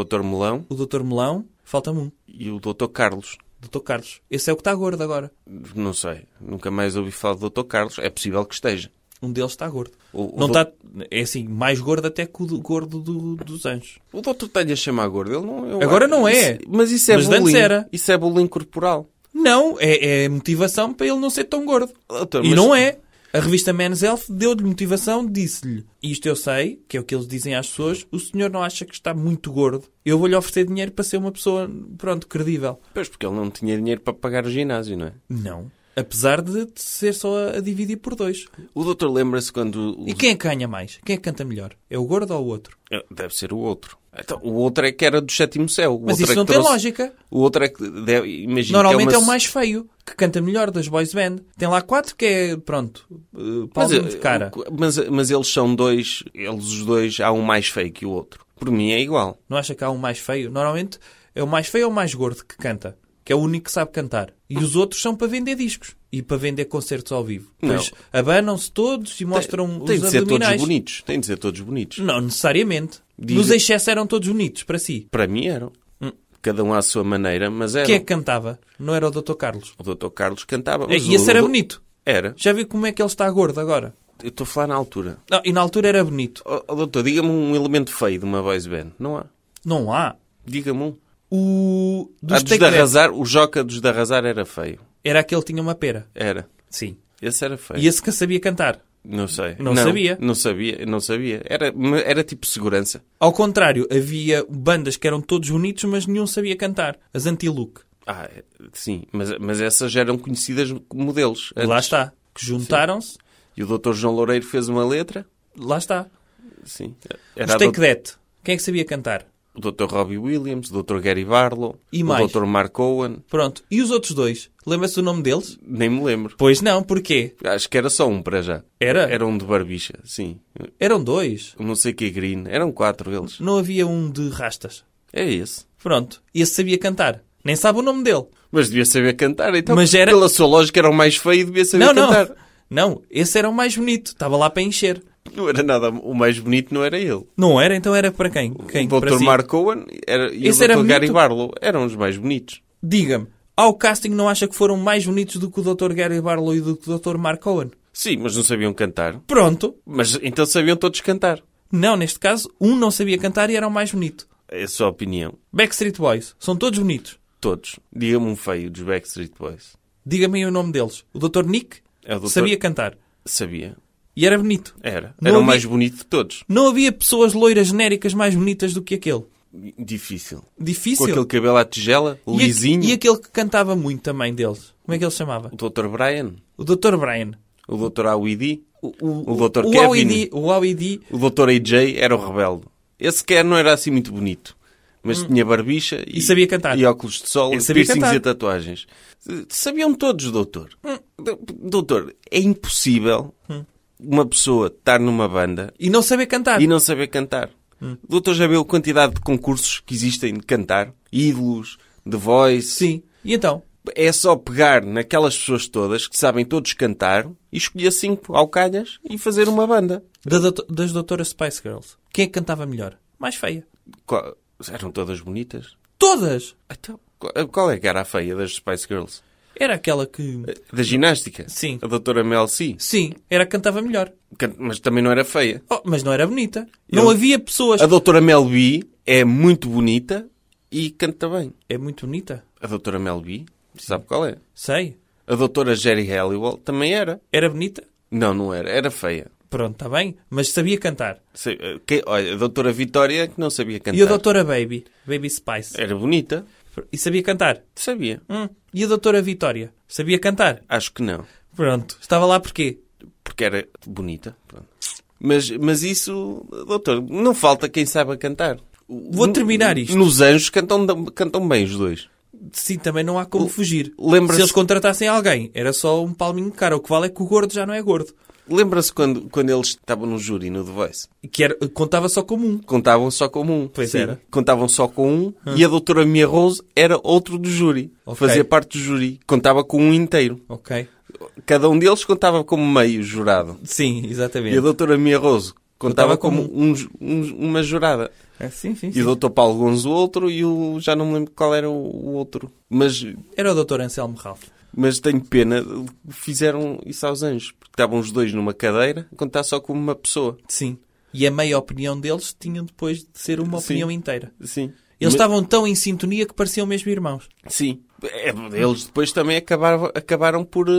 S2: O Dr. Melão
S3: o Dr. Melão, falta-me um,
S2: e o Dr. Carlos.
S3: Dr. Carlos. Esse é o que está gordo agora.
S2: Não sei. Nunca mais ouvi falar do Dr. Carlos. É possível que esteja.
S3: Um deles está gordo.
S2: O, o
S3: Não
S2: do-
S3: está, é assim, mais gordo até que o do- gordo do- dos anjos.
S2: O doutor está-lhe a chamar gordo. Ele não, eu-
S3: Agora não é.
S2: Isso- mas isso é
S3: Mas antes
S2: bullying.
S3: era.
S2: Isso é bullying corporal.
S3: Não, é, é motivação para ele não ser tão gordo.
S2: Doutor,
S3: E
S2: mas-
S3: não é. A revista Men's Health deu-lhe motivação, disse-lhe: Isto eu sei, que é o que eles dizem às pessoas, o senhor não acha que está muito gordo? Eu vou-lhe oferecer dinheiro para ser uma pessoa, pronto, credível.
S2: Pois, porque ele não tinha dinheiro para pagar o ginásio, não é?
S3: Não. Apesar de ser só a dividir por dois.
S2: O doutor lembra-se quando... o-
S3: E quem é que ganha mais? Quem é que canta melhor? É o gordo ou o outro?
S2: Deve ser o outro. Então, o outro é que era do sétimo céu. O
S3: Mas
S2: outro
S3: isso
S2: é
S3: não
S2: que
S3: tem
S2: trouxe-
S3: lógica.
S2: O outro é que deve... Imagino
S3: Normalmente
S2: que
S3: é
S2: uma-
S3: o mais feio, que canta melhor das boys band. Tem lá quatro que é, pronto, uh, palmo
S2: eh,
S3: de cara.
S2: o- Mas, mas eles são dois... Eles os dois... Há um mais feio que o outro. Por mim é igual.
S3: Não acha que há um mais feio? Normalmente é o mais feio ou o mais gordo que canta, que é o único que sabe cantar. E os outros são para vender discos e para vender concertos ao vivo.
S2: Não.
S3: Pois abanam-se todos e mostram
S2: Tem
S3: os
S2: de ser todos
S3: abdominais.
S2: bonitos. Tem de ser todos bonitos.
S3: não necessariamente.
S2: Diz-
S3: Nos excessos eram todos bonitos para si.
S2: Para mim eram. Cada um à sua maneira, mas era.
S3: Quem é Hum. que cantava? Não era o Dr. Carlos.
S2: O doutor Carlos cantava. mas
S3: E esse
S2: o-
S3: era
S2: o-
S3: bonito.
S2: Era.
S3: Já viu como é que ele está gordo agora?
S2: Eu estou a falar na altura.
S3: Não, e na altura era bonito.
S2: Ó, ó, doutor, diga-me um elemento feio de uma voz band. Não há.
S3: Não há.
S2: Diga-me um.
S3: O
S2: Ah, dos
S3: dos Take
S2: de
S3: That
S2: arrasar, o Joca dos de arrasar era feio.
S3: era aquele que tinha uma pera.
S2: Era.
S3: Sim.
S2: Esse era feio.
S3: E esse que sabia cantar.
S2: Não sei.
S3: Não sabia.
S2: Não sabia. Não sabia. Era, era tipo segurança.
S3: Ao contrário, havia bandas que eram todos bonitos, mas nenhum sabia cantar. As Anti-Look.
S2: Ah, é- sim. Mas, mas essas já eram conhecidas como modelos. antes.
S3: Lá está. Que juntaram-se.
S2: E o doutor João Loureiro fez uma letra.
S3: Lá está.
S2: Sim.
S3: Os
S2: Era a
S3: Take
S2: doutor-
S3: That. Quem é que sabia cantar?
S2: o Dr. Robbie Williams, o Dr. Gary Barlow,
S3: E
S2: o
S3: mais?
S2: Dr. Mark Owen,
S3: Pronto. E os outros dois? Lembra-se o nome deles?
S2: nem me lembro.
S3: Pois não. Porquê?
S2: Acho que era só um para já.
S3: Era?
S2: Era um de barbicha, sim.
S3: Eram dois.
S2: Um Não sei que green. Eram quatro eles.
S3: Não havia um de rastas.
S2: É esse.
S3: Pronto. Esse sabia cantar. Nem sabe o nome dele.
S2: Mas devia saber cantar, então.
S3: Mas era-
S2: Pela sua lógica era o mais feio e devia saber
S3: Não, não.
S2: cantar.
S3: Não. Esse era o mais bonito. Estava lá para encher.
S2: Não. era nada. O mais bonito não era ele.
S3: Não era? Então era para quem? Quem?
S2: o
S3: Para
S2: Dr.
S3: si?
S2: Mark Owen era... e
S3: Esse
S2: o Dr.
S3: era
S2: Gary
S3: bonito?
S2: Barlow eram os mais bonitos.
S3: Diga-me, ao casting não acha que foram mais bonitos do que o Dr. Gary Barlow e do que o Dr. Mark Owen?
S2: Sim, mas não sabiam cantar.
S3: Pronto.
S2: Mas então sabiam todos cantar.
S3: Não, neste caso, um não sabia cantar e era o mais bonito.
S2: É a sua opinião.
S3: Backstreet Boys. São todos bonitos.
S2: Todos. Diga-me um feio dos Backstreet Boys.
S3: Diga-me aí o nome deles. O Dr. Nick
S2: É o É. Dr.
S3: sabia cantar.
S2: Sabia.
S3: E era bonito.
S2: Era.
S3: Não
S2: era o
S3: havia-
S2: mais bonito de todos.
S3: Não havia pessoas loiras genéricas mais bonitas do que aquele.
S2: Difícil. Com
S3: Difícil.
S2: aquele cabelo à tigela,
S3: E aque-
S2: lisinho.
S3: E aquele que cantava muito também deles. Como é que ele se chamava?
S2: O Dr. Brian.
S3: O Dr. Brian.
S2: O Dr. Awidi. O, Dr.
S3: O
S2: Kevin.
S3: AOID, o AOID
S2: O Dr. AJ era o rebelde. Esse que não era assim muito bonito. Mas tinha barbicha e,
S3: Hum. E sabia cantar.
S2: E óculos de sol,
S3: Ele
S2: e
S3: sabia
S2: piercings
S3: cantar.
S2: e tatuagens. Sabiam todos, doutor. Doutor, é impossível
S3: Hum.
S2: uma pessoa estar numa banda
S3: E não sabia cantar.
S2: e não saber cantar.
S3: Hum.
S2: Doutor, já viu a quantidade de concursos que existem de cantar? Ídolos, de voice.
S3: Sim. E então?
S2: É só pegar naquelas pessoas todas que sabem todos cantar e escolher cinco alcalhas e fazer uma banda.
S3: Da doutor- das doutoras Spice Girls. Quem é que cantava melhor? Mais feia.
S2: Qual- Eram todas bonitas?
S3: Todas!
S2: Então, qual- qual é que era a feia das Spice Girls?
S3: Era aquela que.
S2: Da ginástica?
S3: Sim.
S2: A doutora Mel C.
S3: Sim, era a que cantava melhor.
S2: Can- Mas também não era feia.
S3: Oh, mas não era bonita.
S2: Eu-
S3: Não havia pessoas.
S2: A doutora Mel B é muito bonita e canta bem.
S3: É muito bonita.
S2: A doutora Mel B, sabe qual é?
S3: Sei.
S2: A doutora Jerry Halliwell também era.
S3: Era bonita.
S2: Não, não era. Era feia.
S3: Pronto, está bem. Mas sabia cantar.
S2: Sei- eh, que- olha, a doutora Vitória é que não sabia cantar. É.
S3: E a doutora Baby. Baby Spice.
S2: Era bonita.
S3: E sabia cantar.
S2: Sabia.
S3: Hum. E a doutora Vitória. Sabia cantar.
S2: Acho que não.
S3: Pronto. Estava lá porquê?
S2: Porque era bonita. Pronto. Mas, mas isso, doutor, não falta quem saiba cantar.
S3: Vou terminar isto.
S2: Nos anjos cantam, cantam bem os dois.
S3: Sim, também não há como fugir.
S2: lembra-se-
S3: Se eles contratassem alguém, era só um palminho de cara. O que vale é que o gordo já não é gordo.
S2: Lembra-se quando, quando eles estavam no júri, no The Voice?
S3: E Que era, contava só como um.
S2: Contavam só com um.
S3: Pois era. Ah.
S2: Contavam só com um. E a doutora Mia Rose era outro do júri.
S3: Ok.
S2: Fazia parte do júri. Contava com um inteiro.
S3: Ok.
S2: Cada um deles contava como meio jurado.
S3: Sim, exatamente.
S2: E a doutora Mia Rose contava,
S3: Contava
S2: como,
S3: como
S2: um ju- um- uma jurada.
S3: É, sim, sim,
S2: E
S3: sim.
S2: o Dr. Paulo Gonzo outro e o já não me lembro qual era o- o outro. Mas,
S3: Era o doutor Anselmo Ralph.
S2: mas tenho pena, fizeram isso aos anjos. Porque estavam os dois numa cadeira, contar só como uma pessoa.
S3: Sim. E a meia opinião deles tinha depois de ser uma
S2: Sim.
S3: opinião inteira.
S2: Sim. Mas-
S3: Eles estavam tão em sintonia que pareciam mesmo irmãos.
S2: Sim. É, Eles depois também acabaram, acabaram por, eh,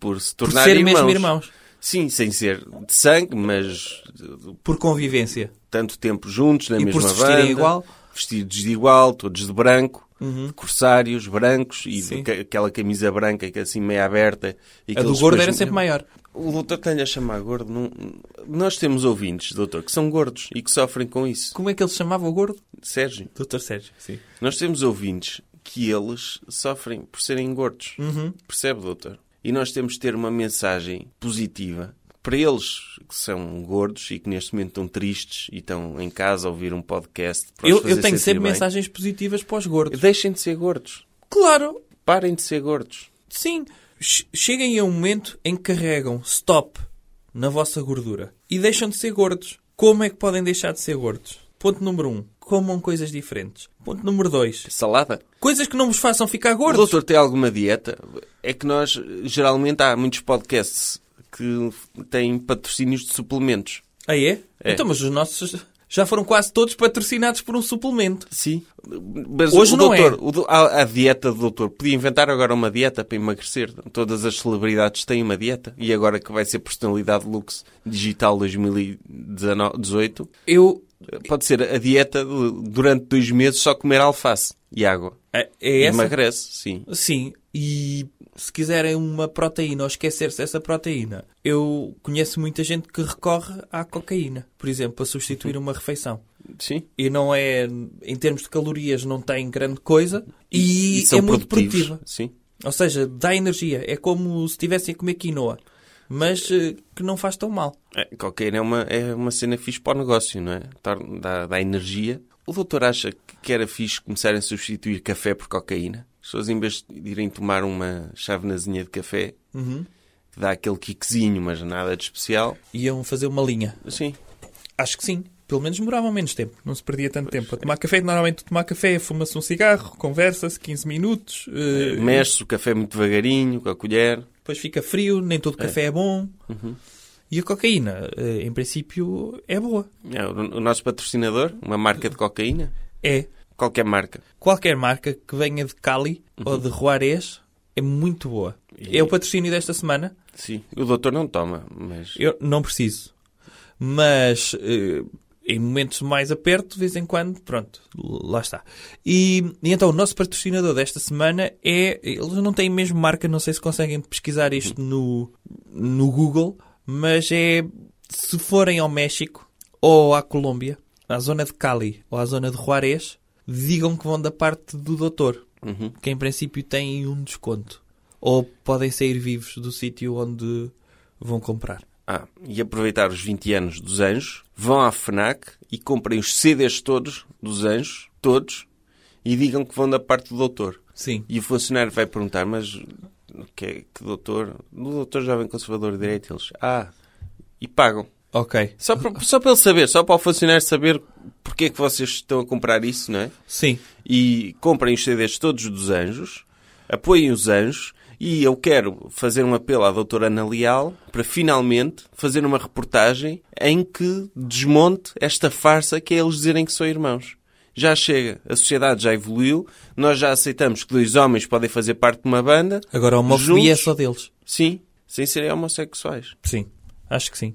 S2: por se
S3: Por
S2: tornar
S3: ser
S2: irmãos.
S3: mesmo irmãos.
S2: Sim, sem ser de sangue, mas eh,
S3: Por convivência.
S2: tanto tempo juntos, na
S3: E
S2: mesma
S3: por se vestirem
S2: banda,
S3: igual? Uhum.
S2: Vestidos de igual, todos de branco, de corsários brancos e de
S3: Sim.
S2: ca- aquela camisa branca que assim meio aberta. E
S3: A
S2: que
S3: do
S2: eles
S3: gordo
S2: depois-
S3: era sempre maior.
S2: O doutor que lhe a chamar gordo. não- Nós temos ouvintes, doutor, que são gordos e que sofrem com isso.
S3: Como é que ele se chamava o gordo?
S2: Sérgio,
S3: Doutor Sérgio, sim.
S2: nós temos ouvintes que eles sofrem por serem gordos.
S3: Uhum.
S2: Percebe, doutor? E nós temos de ter uma mensagem positiva para eles que são gordos e que neste momento estão tristes e estão em casa a ouvir um podcast. para os
S3: Eu,
S2: fazer
S3: eu tenho
S2: sentir
S3: sempre
S2: bem.
S3: mensagens positivas para os gordos.
S2: Deixem de ser gordos.
S3: Claro,
S2: Parem de ser gordos.
S3: Sim, che- cheguem a um momento em que carregam stop na vossa gordura e deixam de ser gordos. Como é que podem deixar de ser gordos? Ponto número 1. Um, comam coisas diferentes. Ponto número 2.
S2: Salada.
S3: Coisas que não vos façam ficar
S2: O
S3: gordos.
S2: doutor tem alguma dieta? É que nós, geralmente, há muitos podcasts que têm patrocínios de suplementos.
S3: Ah, é?
S2: É.
S3: Então, mas os nossos já foram quase todos patrocinados por um suplemento.
S2: Sim. Mas
S3: Hoje
S2: o
S3: não
S2: doutor,
S3: é.
S2: o do- a, a dieta do doutor. Podia inventar agora uma dieta para emagrecer. Todas as celebridades têm uma dieta. E agora que vai ser personalidade luxo digital 2018,
S3: Eu.
S2: pode ser a dieta de, durante dois meses só comer alface e água.
S3: É é essa?
S2: Emagrece, sim.
S3: Sim, e se quiserem uma proteína ou esquecer-se dessa proteína, eu conheço muita gente que recorre à cocaína, por exemplo, para substituir uma refeição.
S2: Sim.
S3: e não é em termos de calorias não tem grande coisa e,
S2: são
S3: é muito
S2: produtivos,
S3: produtiva.
S2: Sim.
S3: Ou seja, dá energia. É como se estivessem a comer quinoa, mas eh, que não faz tão mal.
S2: É, cocaína é uma, é uma cena fixe para o negócio, não é? Torna- Dá, dá energia. O doutor acha que- que era fixe começarem a substituir café por cocaína? As pessoas, em vez de irem tomar uma chavenazinha de café, que dá aquele kickzinho, mas nada de especial, assim,
S3: Iam fazer uma linha.
S2: sim.
S3: Acho que sim. Pelo menos demoravam menos tempo. Não se perdia tanto tempo. A tomar café, normalmente tomar café, fuma-se um cigarro, conversa-se 15 minutos, eh,
S2: Mexe o café muito devagarinho, com a colher.
S3: depois fica frio, nem todo café é bom. E a cocaína, eh, em princípio, é boa.
S2: É, o, o nosso patrocinador, uma marca de cocaína,
S3: É.
S2: qualquer marca.
S3: qualquer marca que venha de Cali ou de Juarez é muito boa.
S2: E-
S3: É o patrocínio desta semana.
S2: Sim. O doutor não toma, mas...
S3: Eu não preciso. Mas eh, em momentos mais aperto, de vez em quando, pronto, lá está. E, e então o nosso patrocinador desta semana é. Eles não têm mesmo marca, não sei se conseguem pesquisar isto no, no Google, mas é. Se forem ao México ou à Colômbia, à zona de Cali ou à zona de Juarez, digam que vão da parte do doutor
S2: Uhum.
S3: que em princípio têm um desconto. Ou podem sair vivos do sítio onde vão comprar.
S2: Ah, e aproveitar os 20 anos dos Anjos, vão à FNAC e comprem os CDs todos dos Anjos, todos, e digam que vão da parte do doutor.
S3: Sim.
S2: E o funcionário vai perguntar, mas o que, é- que doutor? O doutor Jovem Conservador de Direito, eles, ah, e pagam.
S3: Ok.
S2: Só para, só para ele saber, só para o funcionário saber porque é que vocês estão a comprar isso, não é?
S3: Sim.
S2: e comprem os CDs todos dos Anjos, apoiem os Anjos e eu quero fazer um apelo à doutora Ana Leal para finalmente fazer uma reportagem em que desmonte esta farsa que é eles dizerem que são irmãos. Já chega, a sociedade já evoluiu, nós já aceitamos que dois homens podem fazer parte de uma banda.
S3: Agora a homofobia é
S2: Juntos?
S3: só deles.
S2: Sim, sem serem homossexuais.
S3: Sim. Acho que sim.